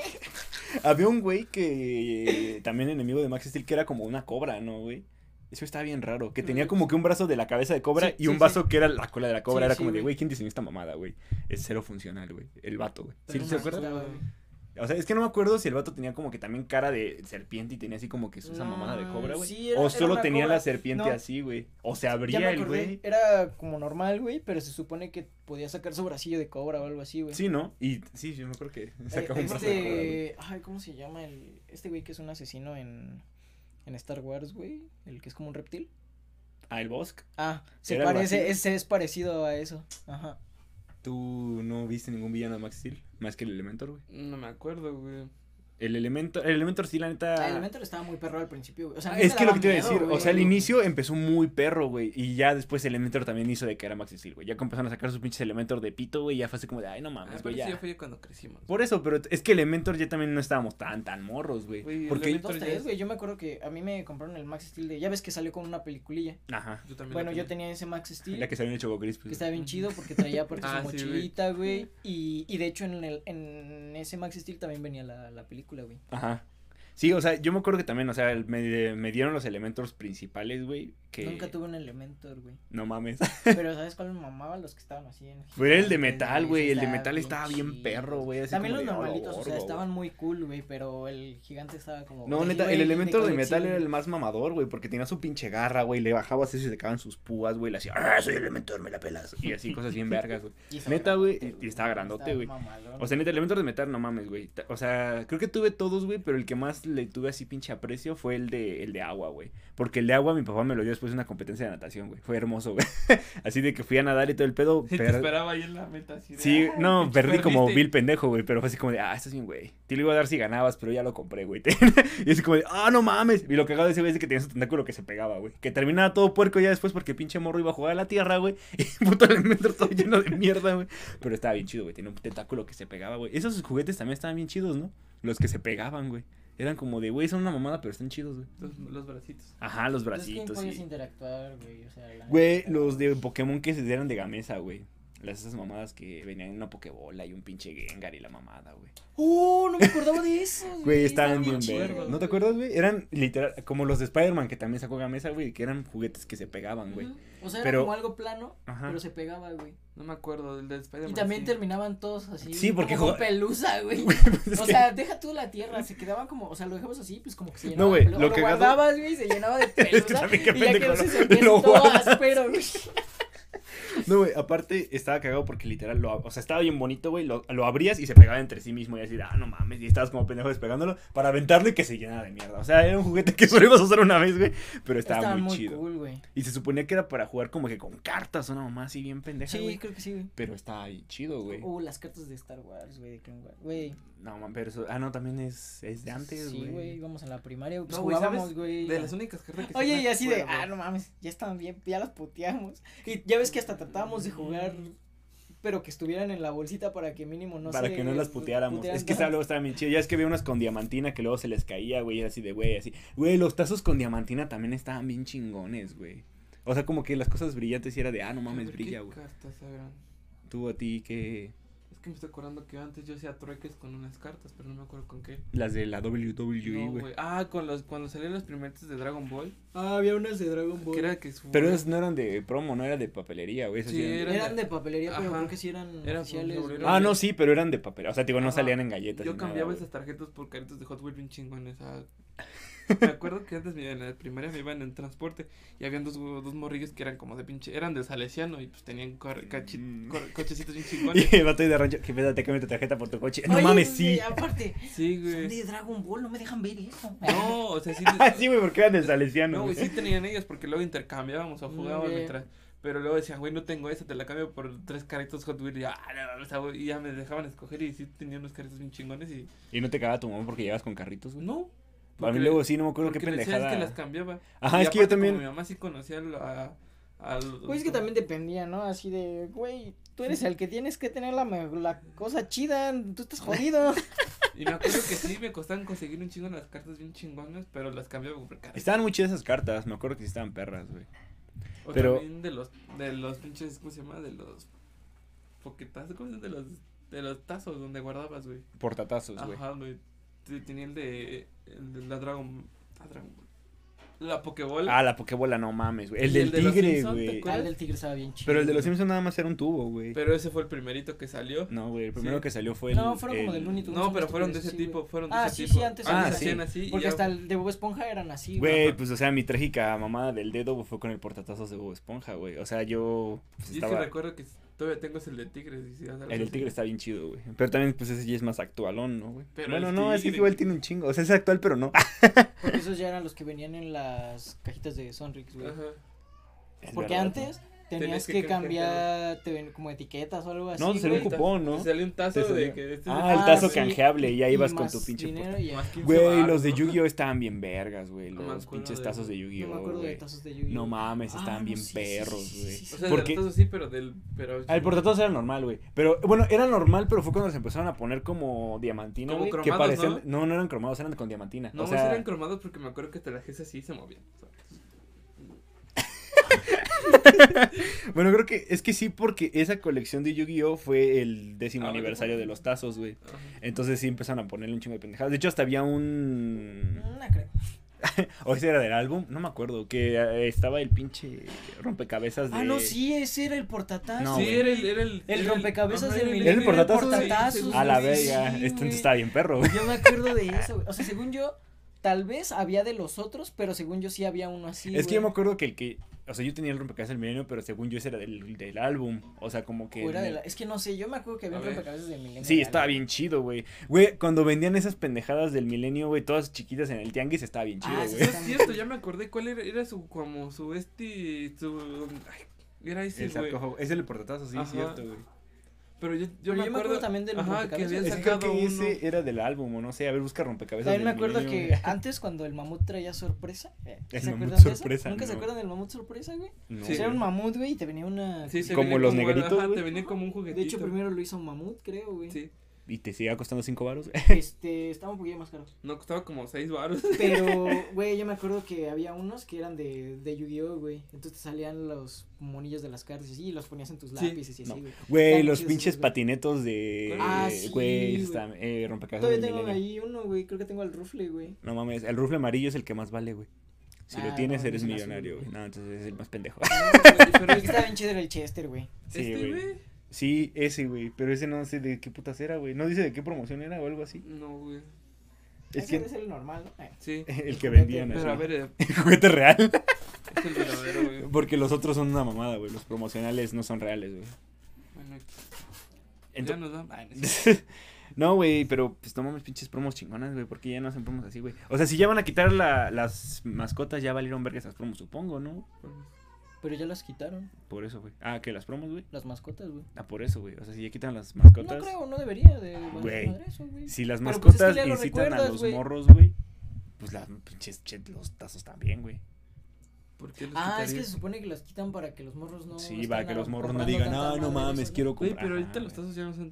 Había un güey que eh, también enemigo de Max Steel que era como una cobra, ¿no, güey? Eso estaba bien raro, que tenía como que un brazo de la cabeza de cobra
Sí,
y
sí,
un
sí.
brazo que era la cola de la cobra.
Sí,
era
sí,
como de,
güey.
güey, ¿quién diseñó esta mamada, güey? Es cero funcional, güey. El vato, güey. ¿Sí
Pero
se
no me
acuerda?
Ah,
acordaba, güey.
O sea, es que no me acuerdo si el vato tenía como que también cara de serpiente y tenía así como que esa
No,
mamada de cobra, güey.
Mm, sí, era-
o
era
solo
una
tenía
cobra.
la serpiente
No.
así, güey. O se
Ya me
abría el
acordé,
güey.
Era como normal, güey, pero se supone que podía sacar su bracillo de cobra o algo así, güey.
Sí, ¿no? Y sí, yo me acuerdo que
Eh,
sacaba un brazo de cobra, güey.
este, ay, ¿cómo se llama el este güey que es un asesino en en Star Wars, güey? El que es como un reptil.
Ah, el Bosque.
Ah, se
¿Era algo así?
parece, ese es parecido a eso. Ajá.
¿Tú no viste ningún villano de Max Steel? Más que el Elementor, güey. Ah,
No me acuerdo, güey.
El Elementor, el Elementor sí, la neta.
El Elementor estaba muy perro al principio, güey. O sea, a mí
es
me
que lo
daba
que te iba a
miedo,
decir, o
güey.
sea, al inicio empezó muy perro, güey, y ya después Elementor también hizo de que era Max Steel, güey. Ya que empezaron a sacar sus pinches Elementor de pito, güey, ya fue así como de, ay, no
Ah,
mames,
pero
güey,
eso ya
pues ya.
fue cuando crecimos.
Por eso, pero es que Elementor ya también no estábamos tan, tan morros,
Güey,
güey.
el
Porque.
Elementor-
Dos,
ya
tres,
es-
güey, yo me acuerdo que a mí me compraron el Max Steel de, ya ves que salió con una peliculilla.
Ajá.
Yo también.
Bueno,
lo
yo tenía ese Max Steel.
La que se habían hecho pues, Gris,
Que estaba bien chido porque traía aparte
Ah,
su
sí, güey.
mochilita, güey. Y, y de hecho en, el, en ese Max Steel también venía la, la película, güey.
Ajá. Sí, o sea, yo me acuerdo que también, o sea, el- me, me dieron los elementos principales, güey, que...
Nunca tuve un
[LAUGHS]
Elementor, güey.
No mames.
Pero ¿sabes cuál me mamaba? Los que estaban así en...
Pero era el de
gigantes,
metal, güey, el de
estaban
metal estaba bien
chidos.
perro, güey. así
También
como
los
de, "Hola,
normalitos, o sea,
gordo".
estaban muy cool, güey, pero el gigante estaba como...
No,
así,
neta,
güey,
el elemento de
colección,
metal era
güey.
el más mamador, güey, porque tenía su pinche garra, güey, le bajabas eso y se sacaban sus púas, güey, le hacía, ah, soy Elementor, me la pelas, y así, cosas bien vergas, güey.
Y estaba
Neta, güey,
grandote,
y- y estaba grandote, güey.
mamalón.
O sea, neta, Elementor de metal, no mames, güey. Ta- O sea, creo que tuve todos, güey, pero el que más le tuve así pinche aprecio fue el de, el de agua, güey. Porque el de agua mi papá me lo dio después de una competencia de natación, güey. Fue hermoso, güey. [LAUGHS] así de que fui a nadar y todo el
[LAUGHS]
pedo.
[LAUGHS] Y te
per-
esperaba ahí en la meta así. de,
Sí,
"Ay,
no,
pinche
perdí como
perdiste".
vil pendejo, güey, pero fue así como de, ah, estás bien, güey. Te lo iba a dar si ganabas, pero ya lo compré, güey. [LAUGHS] y así como de, ah, no mames. Y lo cagado de ese güey es que tenía su tentáculo que se pegaba, güey. Que terminaba todo puerco ya después porque pinche morro iba a jugar a la tierra, güey. [LAUGHS] Y puto elemento todo lleno de mierda, güey. Pero estaba bien chido, güey. Tenía un tentáculo que se pegaba, güey. Esos juguetes también estaban bien chidos, ¿no? Los que se pegaban, güey. Eran como de, güey, son una mamada, pero están chidos, güey.
Los, los bracitos.
Ajá, los
Pero es que
bracitos,
podías
sí.
interactuar, güey, o sea, la
Güey,
neta.
los de Pokémon que se eran de Gamesa, güey. Las esas mamadas que venían en una Pokébola y un pinche Gengar y la mamada, güey.
¡Oh, no me acordaba de eso!
Güey, estaban bien
bien
verga.
chidos.
¿No te acuerdas, güey? Eran literal, como los de Spider-Man que también sacó Gamesa, güey, que eran juguetes que se pegaban, güey.
Ujú. O sea, era
Pero-
como algo plano,
Ajá. [LAUGHS]
pero se pegaba, güey.
No me acuerdo del de Spider-Man.
Y también
sí.
terminaban todos así.
Sí, porque
Como con
jugaba-
pelusa, güey.
[LAUGHS] Es
O
que-
sea, deja tú la tierra, se quedaban como, o sea, lo dejamos así, pues como que se llenaba.
No, güey,
de pelusa.
lo
O
cagado-
guardabas, güey, se llenaba de
[LAUGHS]
pelusa.
Es que también qué
y ya que
pendejo,
no se
¿no?
sentía así
Lo
todo
guardas.
áspero, güey.
no, güey, aparte estaba cagado porque literal, lo, ab- o sea, estaba bien bonito, güey, lo, lo abrías y se pegaba entre sí mismo y así, ah, no mames, y estabas como pendejo despegándolo para aventarlo y que se llenara de mierda. O sea, era un juguete que [LAUGHS] solo ibas a usar una vez, güey, pero estaba
Estaban
muy, chido.
cool, güey.
Y se suponía que era para jugar como que con cartas, una mamá así bien pendeja,
Sí,
güey.
creo que sí, güey.
Pero está ahí chido, güey.
Uh, las cartas de Star Wars, güey, de Clone Wars. Güey,
No, man, pero eso. Ah, no, también es, es de antes,
sí, güey,
güey.
íbamos a la primaria, pues
No, güey,
jugábamos,
¿sabes?
güey.
De las únicas cartas que sí
Oye,
me
y así de,
acuerdo.
ah, no mames, ya estaban bien, ya las puteamos. Y ya ves que hasta tratábamos de jugar, pero que estuvieran en la bolsita para que mínimo no
para
se
que no las puteáramos.
putearan
es que
tanto.
esa luego estaba bien chido. Ya es que había unas con diamantina que luego se les caía, güey. y era así de, güey, así. Güey, los tazos con diamantina también estaban bien chingones, güey. O sea, como que las cosas brillantes y era de, ah, no
A
mames,
ver,
brilla,
¿qué
güey.
cartas eran?
Tú a ti que.
Es que me estoy acordando que antes yo hacía trueques con unas cartas, pero no me acuerdo con qué.
Las de la WWE,
No,
güey.
güey. Ah, con los, cuando salieron los primeros de Dragon Ball.
Ah, había unas de Dragon Ball.
Que era que su-
pero esas no eran de promo, no eran de papelería, güey. esas
Sí,
eran de-
era-
Eran de papelería, pero
Ajá.
creo que sí eran
Era
oficiales.
sobre-
güey.
era-
Ah, no, sí, pero eran de papel. O sea, digo, no
Ajá.
salían en galletas.
Yo
ni nada,
cambiaba
güey. [LAUGHS]
esas tarjetas por cartas de Hot Wheels bien chingones. ah. Me acuerdo que antes me- en la primaria me iban en transporte y habían dos, dos morrillos que eran como de pinche, eran del Salesiano y pues tenían cor- cachi-
Mm.
cor-
[LAUGHS]
cochecitos bien
Y
chingones.
el vato de rancho, que pedo, te cambio tu tarjeta por tu coche. No
Oye,
mames,
güey,
sí. [LAUGHS]
Aparte,
Sí,
son
güey.
de Dragon Ball, no me dejan ver eso.
No,
[LAUGHS]
o sea, sí.
Ah, sí, güey, porque eran del Salesiano.
No, güey,
güey.
sí tenían ellos porque luego intercambiábamos o
Mm,
jugábamos
bien.
mientras. Pero luego decían, güey, no tengo esa, te la cambio por tres carritos Hot Wheels. Y, yo, "Ah, no, mames, ah, güey", y ya me dejaban escoger y sí tenían unos carritos bien chingones y.
Y no te cagaba tu mamá porque llevas con carritos, güey.
No.
Para mí
porque-
luego sí, no me acuerdo qué
porque le decías
pendejada.
que las cambiaba.
Ajá,
Y
es que yo
aparte, como
también.
Mi mamá sí conocía a. a los-
Pues es que también dependía, ¿no? Así de, güey, tú eres el que tienes que tener la, me- la cosa chida, tú estás [LAUGHS] jodido.
Y me acuerdo que sí, me costaban conseguir un chingo las cartas bien chingonas, pero las cambiaba por cartas.
Estaban muy chidas esas cartas, me acuerdo que sí estaban perras, güey.
O
pero-
también de los, de los pinches, ¿cómo se llama? De los poquetazos, ¿cómo se llama? De los, de los tazos donde guardabas, güey.
Portatazos, güey.
Ajá, güey. Te- Tenía el de, el de la Dragon, la Dragon Ball. La Pokébola.
Ah, la Pokébola, no mames, güey. El
Y
del
el de los
tigre,
Simpson, ¿te
güey.
acuerdas?
Ah, el del tigre estaba bien chido.
Pero el de los Simpsons nada más era un tubo, güey.
Pero ese fue el primerito que salió.
No, güey, el primero
Sí.
que salió fue el.
No, fueron como
el-
del Looney Tunes,
No,
son
pero fueron de
estupideces,
ese
sí,
tipo,
güey.
fueron de
Ah,
ese
sí,
tipo.
sí, antes
Ah,
se
sí.
hacían así. y
Porque
ya-
hasta el de Bob Esponja eran así,
Güey,
Ajá.
pues o sea, mi trágica mamada del dedo güey, fue con el portatazos de Bob Esponja, güey. O sea, yo pues,
Yo es que
estaba.
recuerdo que todavía tengo ese el de Tigres. y sí, algo
El del
así.
tigre está bien chido, güey. Pero también, pues ese ya es más actualón, ¿no, güey?
Pero
bueno,
el
no, ese
tigre,
igual
güey.
tiene un chingo. O sea, es actual, pero no.
Porque esos ya eran los que venían en las cajitas de Sonrix, güey.
Ajá.
[LAUGHS] Es
Porque
verdad,
antes tenías
Tenías
que,
que
cambiar te ven- como etiquetas o algo así,
No, te salió un
güey.
cupón, ¿no?
Te salió un tazo
Te
de
salió-
que este es
Ah, el
Ah,
tazo
sí.
canjeable. Y ya
Y
ibas con
más
tu pinche.
dinero
porta-
y ya.
Más
[LAUGHS]
15
Güey,
varos,
los de
¿no?
Yu-Gi-Oh estaban bien vergas, güey.
No me
Los
acuerdo
pinches
de
tazos
eso.
de
No me
Yu-Gi-Oh,
acuerdo de
güey.
tazos de Yu-Gi-Oh.
No mames,
Ah,
estaban
no,
bien
sí, sí,
perros,
sí, sí,
güey.
sí, sí.
O sea,
¿Por
de
qué?
los tazos sí, pero del. Pero
Ah, El portatazo era normal, güey. Pero bueno, era normal, pero fue cuando se empezaron a poner como diamantina,
Como
güey. Que
cromados,
parecían. ¿no? no, eran cromados, eran con diamantina.
No,
o sea,
eran cromados porque me acuerdo que te la así y se movían.
Bueno, creo que es que sí, porque esa colección de Yu-Gi-Oh fue el décimo
Ah,
aniversario
¿verdad?
de los tazos, güey.
Ajá.
Entonces sí empezaron a ponerle un chingo de pendejadas. De hecho, hasta había
Ah.
un.
No creo.
O ese era del álbum, no me acuerdo. Que eh, estaba el pinche rompecabezas pues de.
Ah, no, sí, ese era el portatazo.
No,
sí,
güey.
era el, era el.
El rompecabezas del
¿Era el
milenio,
portatazo?
portatazo,
A la
Sí,
verga.
güey.
este está bien perro, güey.
Yo me acuerdo de eso, güey. O sea, según yo, tal vez había de los otros, pero según yo sí había uno
[LAUGHS]
así.
es que yo me
güey.
acuerdo que el que. O sea, yo tenía el rompecabezas del milenio, pero según yo ese era del, del álbum. O sea, como que.
O era
me-
de la- Es que no sé, yo me acuerdo que había
A
un
ver.
rompecabezas de milenio.
Sí,
real,
estaba
güey.
bien chido, güey. Güey, cuando vendían esas pendejadas del milenio, güey, todas chiquitas en el tianguis, estaba bien chido,
Ah, sí,
güey.
No es cierto, ya me acordé cuál era. Era su. Como su este. Su. Ay, era ese,
El
güey.
sarcófago. Es el portatazo, sí,
Ajá.
cierto, güey.
Pero yo, yo,
Pero
me, acuerdo,
también del
Ajá, que
rompecabezas.
habían
Es que creo
sacado
que
uno.
ese era del álbum, o no sé. A ver, busca rompecabezas.
También me
del
acuerdo
milenio,
que
güey.
antes cuando el mamut traía sorpresa. eh,
El
¿se
mamut
acuerdan de eso?
sorpresa,
¿Nunca se
no.
acuerdan del mamut sorpresa, güey?
No,
Sí.
O sea, era un
güey.
mamut, güey, y te venía una...
Sí, se
Como
venía
los
algo,
negritos,
Ajá,
güey.
te venía como un juguetito.
De hecho, primero lo hizo mamut, creo, güey.
Sí.
Y te sigue costando cinco varos. güey.
Este, estaba un poquito más caro.
No, costaba como seis baros. [LAUGHS]
Pero, güey, yo me acuerdo que había unos que eran de, de Yu-Gi-Oh, güey. Entonces te salían los monillos de las cartas y así, y los ponías en tus
Sí.
lápices y así,
No.
güey.
Güey,
Están
los
chidos esos,
pinches
güey.
patinetos de.
Ah,
eh,
sí,
Güey,
güey.
está- eh, rompecabezas del
Todavía tengo
milenio.
ahí uno, güey. Creo que tengo al rufle, [LAUGHS] güey.
No mames, el rufle amarillo es el que más vale, güey. Si
Ah,
lo tienes,
no,
eres
es el azul,
millonario,
güey.
güey. No, entonces es el más pendejo. [LAUGHS]
Pero
El que
este,
estaba bien chido era el Chester, güey.
Sí,
este,
güey.
güey.
Sí, ese, güey. Pero ese no sé de qué putas era, güey. No dice de qué promoción era o algo así.
No, güey.
Es
Ese
que
es el normal, ¿no? Eh.
[LAUGHS]
Sí.
el que
juguete,
vendían.
Pero a
así.
ver, eh,
El [LAUGHS] juguete real.
es el verdadero, güey.
Porque los otros son una mamada, güey. Los promocionales no son reales, güey.
Bueno, ya
Ento-
nos dan. Ay, no es
[LAUGHS] no, güey, pero pues no mames pinches promos chingonas, güey. Porque ya no hacen promos así, güey. O sea, si ya van a quitar la- las mascotas, ya valieron verga esas promos, supongo, ¿no?
cierto.
Pero ya las quitaron,
Por eso, güey. Ah, que las promos, güey.
las mascotas, güey.
Ah, por eso, güey. O sea, si ya quitan las mascotas.
No creo, no debería de valer
Güey.
madre eso, güey.
Si las
Pero, pues, es que
mascotas
ya lo
incitan a
recuerdas,
los
güey.
morros, güey. Pues las pinches che, los tazos también, güey.
¿Por qué los
Ah, es
quitaría?
que se supone que las quitan para que los morros no.
sí,
estén
para que
a-
los morros no
comprando
digan,
tanta
ah, no
madre,
mames,
eso, ¿no?
quiero
Güey,
comprar.
pero
Ajá,
ahorita los
Ah, güey.
tazos ya no son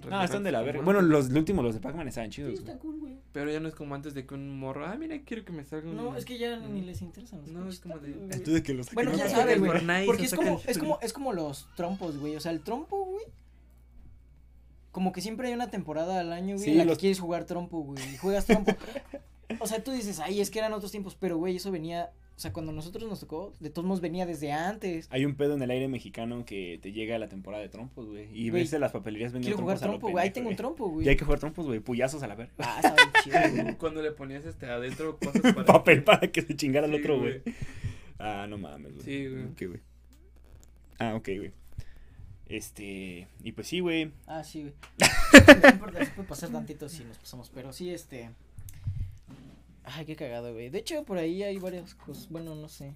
No, están de la
relevantes
verga.
como
Bueno,
antes.
los últimos, los de Pac-Man estaban
Sí,
chidos, güey.
está cool, güey.
Pero ya no es como antes de que un morro. Ah, mira, quiero que me salga un.
No, es que ya ni
Mm.
les interesan los
No, es como de-
güey.
Entonces que los
Bueno,
saquen
quién
otra
sabe,
vez,
güey.
Fortnite,
Porque
o
es
sacan
como,
el
es como, es como los trompos, güey. O sea, el trompo, güey. Como que siempre hay una temporada al año, güey,
Sí,
en la
los-
que quieres jugar trompo, güey. Y juegas trompo. o sea, tú dices, ay, es que eran otros tiempos. Pero, güey, eso venía o sea, cuando nosotros nos tocó, de todos modos venía desde antes.
Hay un pedo en el aire mexicano que te llega la temporada de trompos, güey. Y
Güey,
ves a las papelerías vendiendo
Quiero jugar
trompos a lo
trompo, güey. Ahí
pendejo,
tengo un trompo,
Y hay
güey.
que jugar trompos, güey. Puyazos a la verga.
Ah, está bien chido, güey.
[LAUGHS] Cuando le ponías este
[LAUGHS]
adentro cosas [LAUGHS] para.
Papel para que se chingara al
Sí,
otro, güey. Ah, no mames, güey.
Sí, güey.
Ok, güey. Ah, ok, güey. Este. Y pues sí, güey.
Ah,
[LAUGHS]
sí, güey. No importa, se puede pasar tantito si nos pasamos, pero sí, este. Ay, qué cagado, güey. De hecho, por ahí hay varias cosas. Bueno, no sé.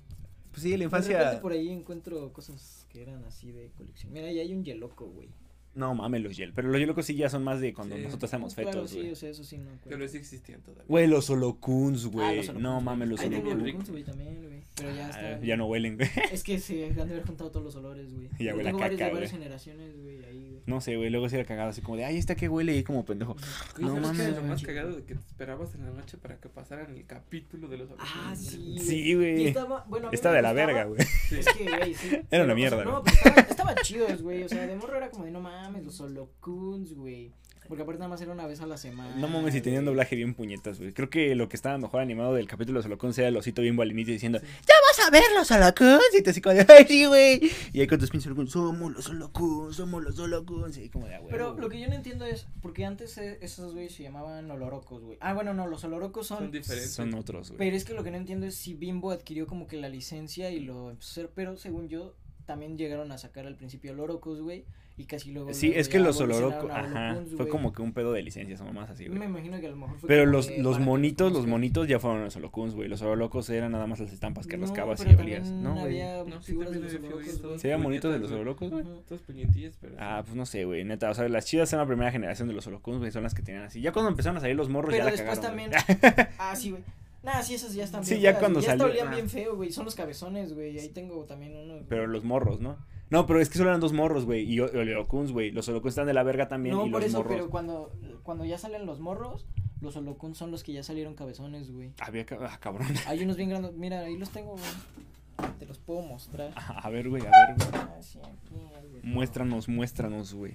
Pues sí, la
De repente por ahí encuentro cosas que eran así de colección. Mira, ahí hay un yeloco, güey.
No mames, los hiel. Pero los hielocos sí ya son más de cuando
Sí.
nosotros éramos
Claro,
fetos,
sí,
güey.
o sea, eso sí no.
Pero
cuenta.
sí existían todavía.
Güey, los holocuns,
Ah,
güey.
los
no
holocuns,
mames, los
Ahí tengo
olor
holocuns.
bien
holocuns, güey, también, güey. Pero ya
Ah,
está.
ya no huelen, güey. [LAUGHS]
[LAUGHS] Es que se han de haber juntado todos los olores, güey.
Ya
Yo
huele a
tengo varios
caca,
de varias
güey.
generaciones, güey, ahí, güey.
No sé, güey. Luego se era cagado así como de, ay, esta que huele ahí como pendejo.
Güey,
No
¿sabes qué
mames,
era lo
güey.
más cagado de que te esperabas en la noche para que pasaran el capítulo de los
Ah,
Avengers?
sí.
Sí,
Y
güey.
estaba, bueno, a mí
Está
me
de la
gustaba-
verga, güey.
Sí.
Es que, güey, sí.
[LAUGHS] Era una
Pero, o sea,
mierda,
no,
güey.
pero estaba- estaban chidos, güey. O sea, de morro era como de no mames, los holocuns, güey. Porque aparte nada más era una vez a la semana.
No mames, si tenían
güey.
doblaje bien puñetas, güey. Creo que lo que estaba mejor animado del capítulo de los holocuns era el osito bimbo al inicio diciendo, ¡Ya vas a ver los holocuns! Y te así como de, ¡ay, sí, güey! Y ahí con tus pinches holocuns, ¡somos los holocuns! ¡Somos los holocuns! Y ahí como de, "Ah, güey.
Pero
güey".
lo que yo no entiendo es, porque antes eh, esos güeyes se llamaban olorocos, güey. Ah, bueno, no, los olorocos son.
Son diferentes.
Son otros, güey.
pero es que lo que no entiendo es si Bimbo adquirió como que la licencia y lo empezó a hacer, pero según yo, también llegaron a sacar al principio olorocos, güey. Y casi luego.
Sí,
luego
es que
ya
los
evolucionaron
olorocos,
a
ajá,
holocuns,
fue
güey.
como que un pedo de licencias o más así, güey.
Me imagino que a lo mejor fue.
Pero
como
los,
de
los
para que
monitos, los
conozcan.
monitos ya fueron los holocuns, güey. Los hololocos eran nada más las estampas pues, que
No,
rascabas y
pero
olías,
también
¿no, güey?
había
No, sí,
figuras de
también había
los
figuras
olorocos,
de
güey.
los-
¿Se veían bonitos de los
puñetas,
hololocos,
güey.
güey?
Ujú.
Todos puñetillas, pero.
Ah, pues no sé, güey, neta, o sea, las chidas eran la primera generación de los holocuns, güey, son las que tenían así. Ya cuando empezaron a salir los morros,
Pero
ya la
después
cagaron, güey. [LAUGHS]
también. ah, sí, güey. Nah, sí, esas ya están
Sí,
bien
ya
feas,
cuando
güey.
salió-
Ya hasta olían
ah.
bien feo, güey. Son los cabezones, güey. Ahí tengo también unos. güey.
Pero los morros, ¿no? No, pero es que solo eran dos morros, güey, y o- holocuns, güey. Los holocuns están de la verga también
No,
y
por
los
eso,
morros.
pero cuando, cuando ya salen los morros, los holocuns son los que ya salieron cabezones, güey.
Había, ca- ah, cabrón. [LAUGHS]
Hay unos bien grandes. Mira, ahí los tengo, güey. Te los puedo mostrar.
A ver, güey, a ver, güey.
Ah, sí, aquí hay de todo.
Muéstranos, muéstranos, güey.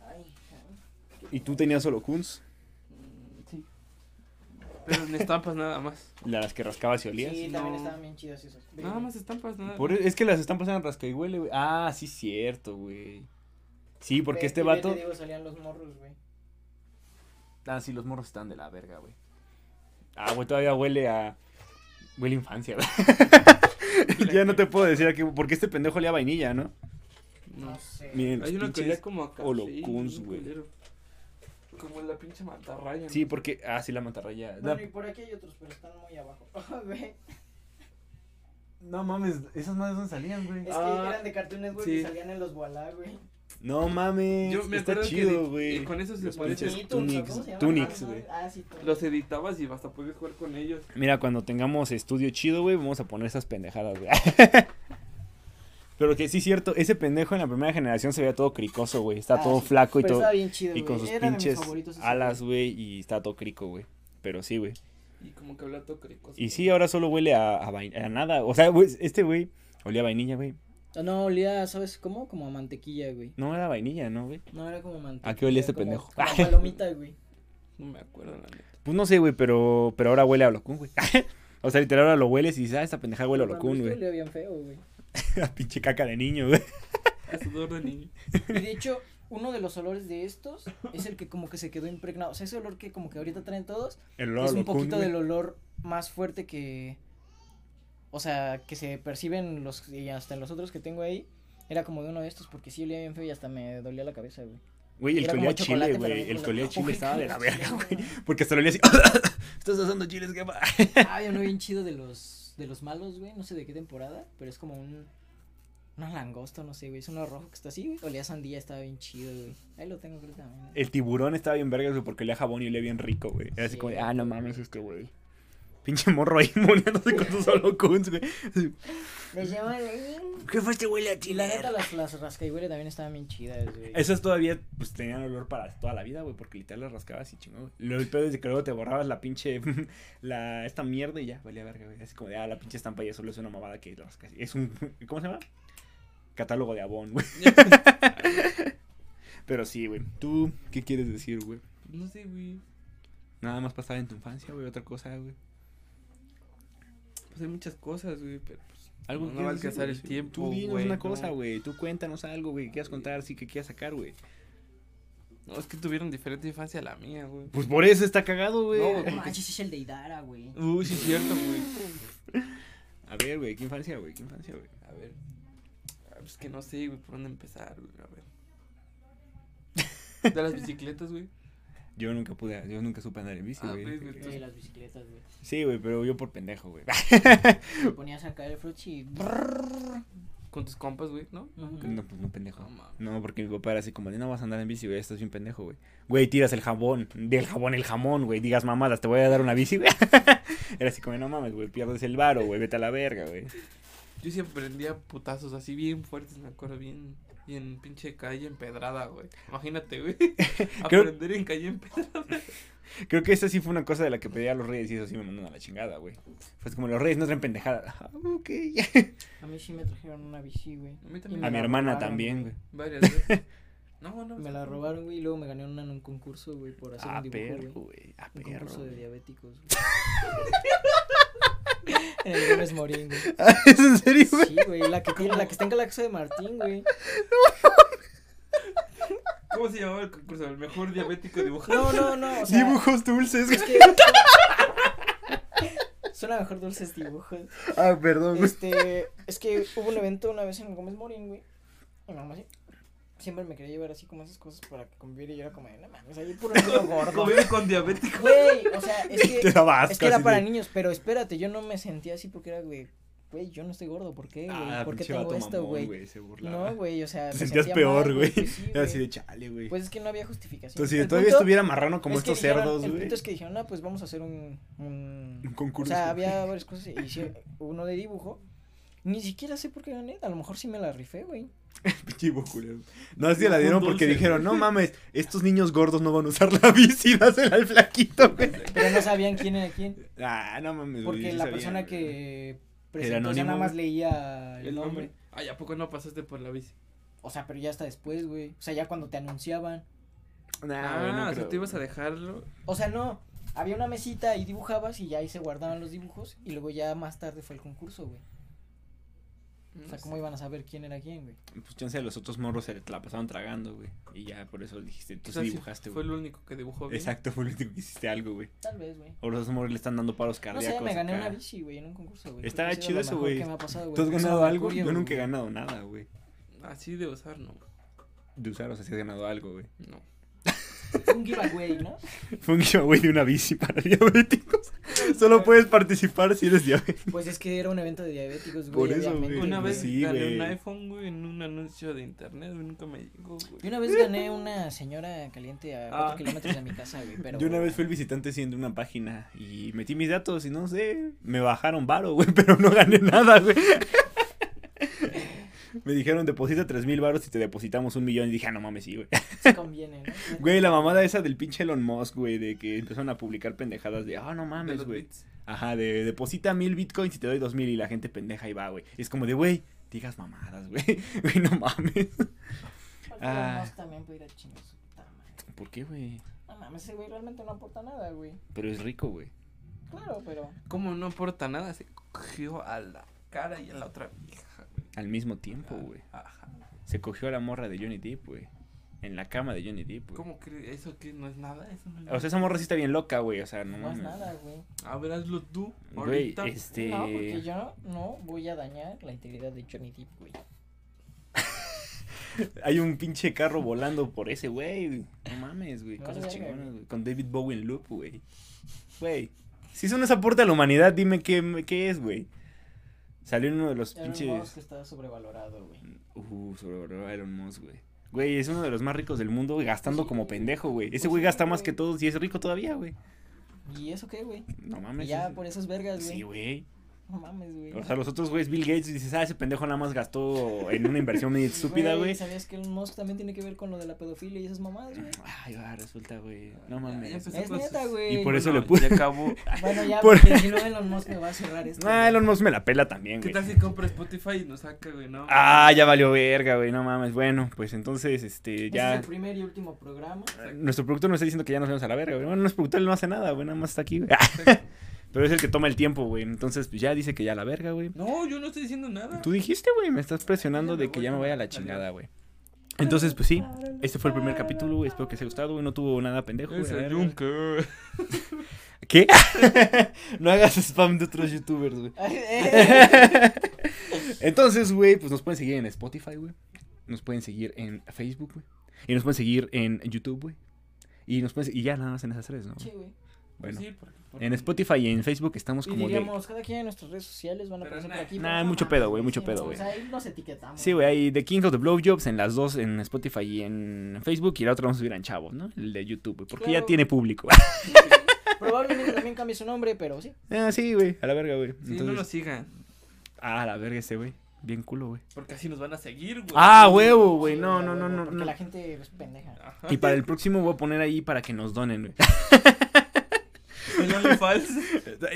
Ay, cabrón.
¿Y tú tenías holocuns?
Sí.
Pero en estampas nada más.
Las que rascabas y olías.
Sí,
No.
también estaban bien chidas esas.
Nada más estampas, nada
Por- e, es que las estampas eran rascahuele, güey. Ah, sí, cierto, güey. Sí, porque
Ve,
este
y ve,
vato.
Te digo, salían los morros, güey.
Ah, sí, los morros están de la verga, güey. Ah, güey, todavía huele a. Huele a infancia, güey. [LAUGHS] ya no te puedo decir aquí, porque este pendejo olía a vainilla, ¿no?
No.
No sé.
Miren, los
Hay una que olía
pinches.
como a café,
holocuns,
bien
güey.
culero. Como la pinche mantarraya.
Sí,
¿no?
porque. Ah, sí, la mantarraya. La-
Bueno, y por aquí hay otros, pero están muy abajo. [LAUGHS] Ve,
No mames, esas madres no salían, güey.
es que
Ah,
eran de cartones, güey,
sí.
que salían en los Wallah, güey.
No mames.
Yo me
está
acuerdo que
chido,
de-
güey.
con esos
Los
le pones
pinches
Looney Tunes, ¿o cómo
Tunics,
se llama?
Tunics,
Ah,
güey.
Ah, sí, Tunics.
Los editabas y hasta podías jugar con ellos.
Mira, cuando tengamos estudio chido, güey, vamos a poner esas pendejadas, güey. [LAUGHS] Pero que sí, cierto, ese pendejo en la primera generación se veía todo cricoso, güey. Está
Ah,
todo
sí.
flaco y
Pero
todo.
estaba bien chido,
Y con
güey.
sus
Era de mis
pinches
favoritos ese,
alas,
güey.
güey, y está todo crico, güey. Pero sí, güey.
Y como que hablaba todo cricoso.
Y sí, ahora solo huele a, a vain- a nada. O sea, güey, este güey olía a vainilla, güey.
Ah, No, olía, ¿sabes cómo? Como a mantequilla, güey.
No era vainilla, ¿no, güey?
No, era como mantequilla.
¿A qué olía este
como-
pendejo? [LAUGHS]
Como a palomita, güey.
No me acuerdo, la neta.
Pues no sé, güey, pero, pero ahora huele a holocún, güey. [LAUGHS] o sea, literal, ahora lo hueles y dices, ah, esta pendeja huele a holocún,
Cuando esto
güey.
olía bien feo, güey.
[LAUGHS] La pinche caca de niño, güey.
A sudor de niño.
Y de hecho, uno de los olores de estos es el que como que se quedó impregnado. O sea, ese olor que como que ahorita traen todos
El olor a
es un
holocún,
poquito
güey.
del olor más fuerte que. O sea, que se perciben los. Y hasta en los otros que tengo ahí. Era como de uno de estos porque sí olía bien feo y hasta me dolía la cabeza, güey.
Güey, el
Era
que
como
olía a chile,
chocolate, pero
güey.
bien
El que olía a
culero.
chile
Uy,
estaba de
[LAUGHS]
la
sí,
verga,
güey.
güey. Porque hasta lo olía así. [LAUGHS] Estás usando chiles, ¿qué pa-?"
Ah, hay uno bien chido de los. De los malos, güey. No sé de qué temporada, pero es como un. Una langosta, no sé, güey. Es uno rojo que está así, güey. Olía a sandía, estaba bien chido, güey. Ahí lo tengo, creo que también.
El tiburón estaba bien vergas, güey, porque olía a jabón y olía bien rico, güey. Era así
Sí.
como de, ah, no mames, este güey. Pinche morro ahí [LAUGHS] muriéndose con sus holocuns, güey. Así, eh.
Me llaman.
¿Qué fue este huele a
Y la neta, las, las rascaigüeles también estaban bien chidas, güey.
Esas todavía, pues, tenían olor para toda la vida, güey, porque literal las rascabas y chingón, güey. Lo- El pedo es de que luego te borrabas la pinche, [LAUGHS] la, esta mierda y ya, valía verga, güey. Así como de, ah, la pinche estampa ya solo es una mamada que la rascas. Es un, ¿cómo se llama? Catálogo de abón, güey. [LAUGHS] Pero sí, güey. ¿Tú qué quieres decir, güey?
Pues No sé, güey.
Nada más pasaba en tu infancia, güey, otra cosa, güey.
pues hay muchas cosas, güey, pero pues
Algo
no,
que
no va a
quieras decir,
alcanzar el
güey.
tiempo,
Tú dinos
güey,
una
no.
cosa, güey. Tú cuéntanos algo, güey, que quieras contar, sí, que quieras sacar, güey.
No, es que tuvieron diferente infancia a la mía, güey.
Pues por eso está cagado, güey.
No,
[LAUGHS]
güey.
No manches, es el de Idara, güey.
Uy, sí es cierto, güey.
a ver, güey, qué infancia, güey, qué infancia, güey.
A ver. Ah, Pues que no sé, güey, por dónde empezar, güey. A ver. De las bicicletas, güey.
Yo nunca pude, yo nunca supe andar en bici,
Ah,
güey.
pues, güey,
Güey, las bicicletas, [LAUGHS] güey.
Sí, güey, pero yo por pendejo, güey. [LAUGHS]
Te ponías acá el fruchi y. brrrr.
Con tus compas, güey, ¿no?
No, pues no pendejo.
No, mames.
No, porque mi papá era así como, de, no vas a andar en bici, güey, estás bien pendejo, güey. Güey, tiras el jabón, del jabón el jamón, güey, digas mamadas, te voy a dar una bici, güey. [LAUGHS] Era así como, no mames, güey, pierdes el varo, güey, vete a la verga, güey.
Yo sí aprendía putazos así bien fuertes, me acuerdo, bien, bien pinche calle empedrada, güey. Imagínate, güey.
[LAUGHS]
[LAUGHS]
Creo-
Aprender en calle empedrada.
Creo que esa sí fue una cosa de la que pedía a los reyes y eso sí me mandan a la chingada, güey. Fue así como, los reyes no traen pendejada. [LAUGHS] Ah, ok.
A mí sí me trajeron una bici, güey.
A mí
Y
también
me
a mi
la
hermana
robaron,
también, güey.
güey.
varias
[LAUGHS]
veces. No, no.
Me la robaron, güey, y luego me gané una en un concurso, güey, por hacer
Ah,
un
perro,
dibujo, güey.
güey. Ah,
Un
perro.
concurso de
güey.
diabéticos, güey. [LAUGHS] en el Gómez Morín, güey.
¿Es [LAUGHS] en serio, güey?
Sí, güey, la que tiene, la que está en Galaxia de Martín, güey.
¿Cómo se llamaba el concurso? El
[LAUGHS]
mejor diabético dibujado.
No, no, no, o sea,
Dibujos dulces.
es
güey.
que Suena mejor dulces
[LAUGHS]
dibujos.
Ah, perdón, güey.
Este, es que hubo un evento una vez en el Gómez Morín, güey. Y mi mamá sí- siempre me quería llevar así como esas cosas para que conviviera y yo era como, de, no mames, ahí puro niño gordo.
Convive con diabético.
Güey, o sea, es que
[LAUGHS] Te daba asco,
Es que era
así
para
de-
niños, pero espérate, yo no me sentía así porque era, güey, güey, yo no estoy gordo, ¿por qué, güey?
Ah,
¿Por qué
pinche
tengo
vato
esto,
mamón,
güey?
Se burlaba.
No, güey, o sea,
Te
me
sentías
sentía
peor,
mal,
güey.
Pues, sí,
Era [LAUGHS] así
güey.
de chale, güey.
Pues es que no había justificación.
Entonces, si
El
todavía
punto
estuviera marrano como
es que
estos
dijeron-
cerdos,
El
güey.
punto es que dijeron, ah, pues vamos a hacer un... un-
Un concurso.
O sea, había varias cosas, y hice uno de dibujo. Ni siquiera sé por qué gané, a lo mejor sí me la rifé, güey.
Chivo, culero. No, así la dieron
Un
porque
dulce,
dijeron, no mames, estos niños gordos no van a usar la bici, [LAUGHS] dásela al flaquito, güey.
Pero no sabían quién era
[LAUGHS]
quién,
Ah, no mames, güey,
porque
sí
la
sabía,
persona
güey.
que
Era
presentó, o sea,
anónimo,
nada más
güey.
leía
El
el
nombre.
nombre.
Ay, ¿a poco no pasaste por la bici?
O sea, pero ya hasta después, güey. O sea, ya cuando te anunciaban.
Nah,
Ah,
güey, no
o sea,
creo,
tú ibas a
güey.
dejarlo.
O sea, no. Había una mesita y dibujabas y ya ahí se guardaban los dibujos y luego ya más tarde fue el concurso, güey. O
No
sea,
sé.
¿cómo iban a saber quién era quién, güey?
Pues chance los otros morros se la pasaban tragando, güey. Y ya por eso dijiste, tú sí
Quizás sí
dibujaste,
Fue
güey.
el único que dibujó bien.
Exacto, fue el último que hiciste algo, güey.
Tal vez, güey.
O los otros morros le están dando paros
No
cardíacos.
sé, me gané
acá.
una bici, güey, en un concurso, güey.
Está
Creo que ha sido
chido
lo
eso,
mejor
güey.
que me ha pasado, güey.
¿Tú has
Porque
ganado
soy
algo?
mercurio,
Yo nunca he
güey.
ganado nada, güey.
Así de usar, no.
De usar, o sea, si has ganado algo, güey. [LAUGHS]
No.
Fue un giveaway, ¿no?
Fue un giveaway de una bici para [LAUGHS]
[LAUGHS]
diabéticos. Solo puedes participar si eres diabético.
Pues es que era un evento de diabéticos, güey.
Por eso,
obviamente,
güey.
Una vez
Sí,
gané
güey.
un iPhone, güey, en un anuncio de internet, güey, nunca me llegó,
Y
güey.
una vez gané una señora caliente a 4
Ah.
kilómetros de mi casa, güey. Pero
Yo una vez fui el visitante siendo una página y metí mis datos y no sé, me bajaron varo, güey, [LAUGHS] pero no gané nada, güey. Me dijeron, deposita tres mil varos y te depositamos un millón. Y dije, ah, no mames, sí, güey. [LAUGHS]
Sí conviene, ¿no?
Güey, la mamada esa del pinche Elon Musk, güey, de que empezaron a publicar pendejadas de, ah, no
De
mames,
los
güey.
bits.
Ajá, de deposita mil bitcoins y te doy dos mil y la gente pendeja y va, güey. Es como de, güey, digas mamadas, güey. [LAUGHS] Güey, no mames. Ah.
Ah. también puede ir a chingar su puta madre.
¿Por qué, güey?
No mames, ese güey realmente no aporta nada, güey.
Pero es rico, güey.
Claro, pero.
¿Cómo no aporta nada? Se cogió a la cara y a la otra vieja, güey.
Al mismo tiempo, güey.
Ajá.
Se cogió a la morra de Johnny Depp, güey. En la cama de Johnny Depp, güey.
¿Cómo que eso que no es nada? Eso no es
O sea, esa morra sí está bien loca, güey. O sea, no,
No es
mames.
nada, güey.
A ver, hazlo tú.
Güey,
ahorita.
este.
No, porque yo no voy a dañar la integridad de Johnny Depp, güey.
Hay un pinche carro volando por ese, güey. No mames, güey.
No,
Cosas
verga,
chingonas,
güey.
güey. Con David Bowie en loop, güey. Güey. Si eso no es aporte a la humanidad, dime qué, qué es, güey. Salió en uno de los
Elon Musk
pinches.
está sobrevalorado, güey.
Uh, sobre Elon Musk, güey. Güey, es uno de los más ricos del mundo, güey, gastando
Sí.
como pendejo, güey. Ese
Pues
güey
sí,
gasta más
güey.
que todos y es rico todavía, güey.
¿Y eso qué, güey?
No
Y
mames.
Ya
es-
por esas vergas, güey.
Sí, güey.
No mames, güey.
O sea, los otros güeyes, Bill Gates, dices, ah, ese pendejo nada más gastó en una inversión medio estúpida, güey.
¿Sabías que Elon Musk también tiene que ver con lo de la pedofilia y esas mamadas, güey?
Ay, va, resulta, güey. No
Ya
mames.
empezó
Es
con
neta,
sus-
güey.
Y por eso
Bueno,
le puse- [LAUGHS]
ya acabó.
Bueno, ya,
por-
porque si no Elon Musk me va
[LAUGHS]
a cerrar esto.
Ah,
güey.
Elon Musk me la pela también,
¿Qué
güey.
tal si compra Spotify y nos saca, güey? No.
Ah, ya valió verga, güey. No mames. Bueno, pues entonces, este,
Este
ya.
es el primer y último programa.
[LAUGHS]
[LAUGHS]
Nuestro productor nos está diciendo que ya nos vemos a la verga, güey. Bueno, nuestro productor no hace nada, güey. Nada más está aquí, güey. [LAUGHS] Pero es el que toma el tiempo, güey. Entonces, pues ya dice que ya la verga, güey.
No, yo no estoy diciendo nada.
Tú dijiste, güey, me estás presionando de que ya me vaya a la chingada, güey. Entonces, pues sí, este fue el primer capítulo, güey. Espero que les haya gustado, güey. No tuvo nada pendejo, güey.
Es
la
el
verga.
Junker.
[LAUGHS] ¿Qué? no hagas spam de otros youtubers, güey. [LAUGHS] Entonces, güey, pues nos pueden seguir en Spotify, güey. Nos pueden seguir en Facebook, güey. Y nos pueden seguir en YouTube, güey. Y nos pueden se- y ya nada más en esas tres, ¿no?
Sí, güey.
Bueno,
Pues Sí, porque- porque-
en Spotify y en Facebook estamos
Y
pues, como de
diríamos, cada quien en nuestras redes sociales van a
Pero
aparecer por
nah.
aquí.
Nah,
pero no
mucho
mames,
pedo, güey, mucho
sí,
pedo,
no,
güey.
O sea, ahí nos etiquetamos.
Sí, güey, hay The King of the Blowjobs en las dos, en Spotify y en Facebook, y la otra vamos a subir en Chavos, ¿no? El de YouTube, güey, porque ya
Claro.
tiene público.
Probablemente también cambie su nombre, pero sí.
[LAUGHS] ah, sí, güey, a la verga, güey.
Sí, no
Entonces-
nos sigan.
Ah, a la verga ese, güey. Bien culo, güey.
Porque así nos van a seguir, güey.
Ah, huevo, güey,
Sí,
no,
güey,
no, no,
güey,
no.
Porque
no.
la gente es pendeja.
Ajá. [LAUGHS]
Y para el próximo voy a poner ahí para que nos donen, güey. [LAUGHS]
El OnlyFans.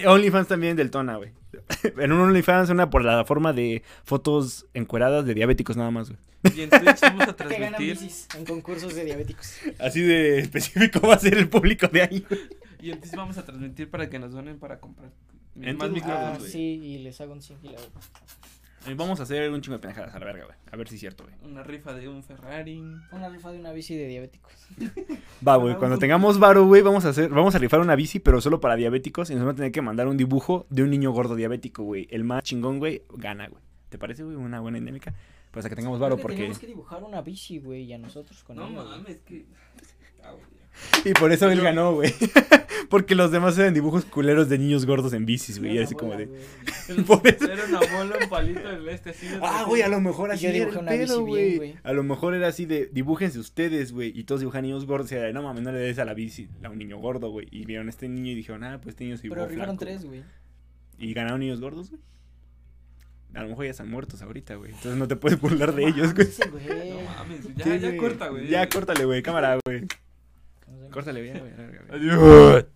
OnlyFans también del Tona, güey. [LAUGHS] En un OnlyFans, una por la forma de fotos encueradas de diabéticos nada más, güey.
Y en Twitch vamos [LAUGHS] a
Que ganan
transmitir.
bicis en concursos
[LAUGHS]
de diabéticos.
Así de específico va a ser el público de ahí.
Y en Twitch vamos a transmitir para que nos donen para comprar.
En
más
tu-
Ah,
micrófonos, güey.
sí, y les hago un cinco y la otra.
Vamos a hacer un chingo de pendejadas a la verga, güey. A ver si es cierto, güey.
Una rifa de un Ferrari.
Una rifa de una bici de diabéticos.
Va, güey. Cuando tengamos varo, güey, vamos a hacer, vamos a rifar una bici, pero solo para diabéticos. Y nos van a tener que mandar un dibujo de un niño gordo diabético, güey. El más chingón, güey, gana, güey. ¿Te parece, güey? Una buena dinámica. Pues hasta que tengamos varo,
Creo que
porque.
Tenemos que dibujar una bici, güey, y a nosotros con
No
ella, güey.
mames, que. Ah, güey.
Y por eso él ganó, güey. [LAUGHS] porque los demás eran dibujos culeros de niños gordos en bicis, güey. Y
Una
así como
bola,
de.
güey.
[LAUGHS] Por eso-
Era una bola, un palito del este, así. de-
Ah, güey, a lo mejor
Y
así
yo
era
dibujé
el
una bici
pedo,
bien,
güey.
güey.
A lo mejor era así de, dibújense ustedes, güey. Y todos dibujan niños gordos. Y era de, no mames, no le des a la bici a un niño gordo, güey. Y vieron a este niño y dijeron, ah, pues este niño se
Pero
dibujó
rifaron
flaco.
tres, güey.
Y ganaron niños gordos, güey. A lo mejor ya están muertos ahorita, güey. Entonces no te puedes burlar de ellos, güey.
Sí, güey.
No mames, ya,
Sí,
ya corta, güey.
Ya córtale, güey. Cámara, güey.
Nos vemos.
Córtale, güey. ya, güey, ya, güey.
Adiós.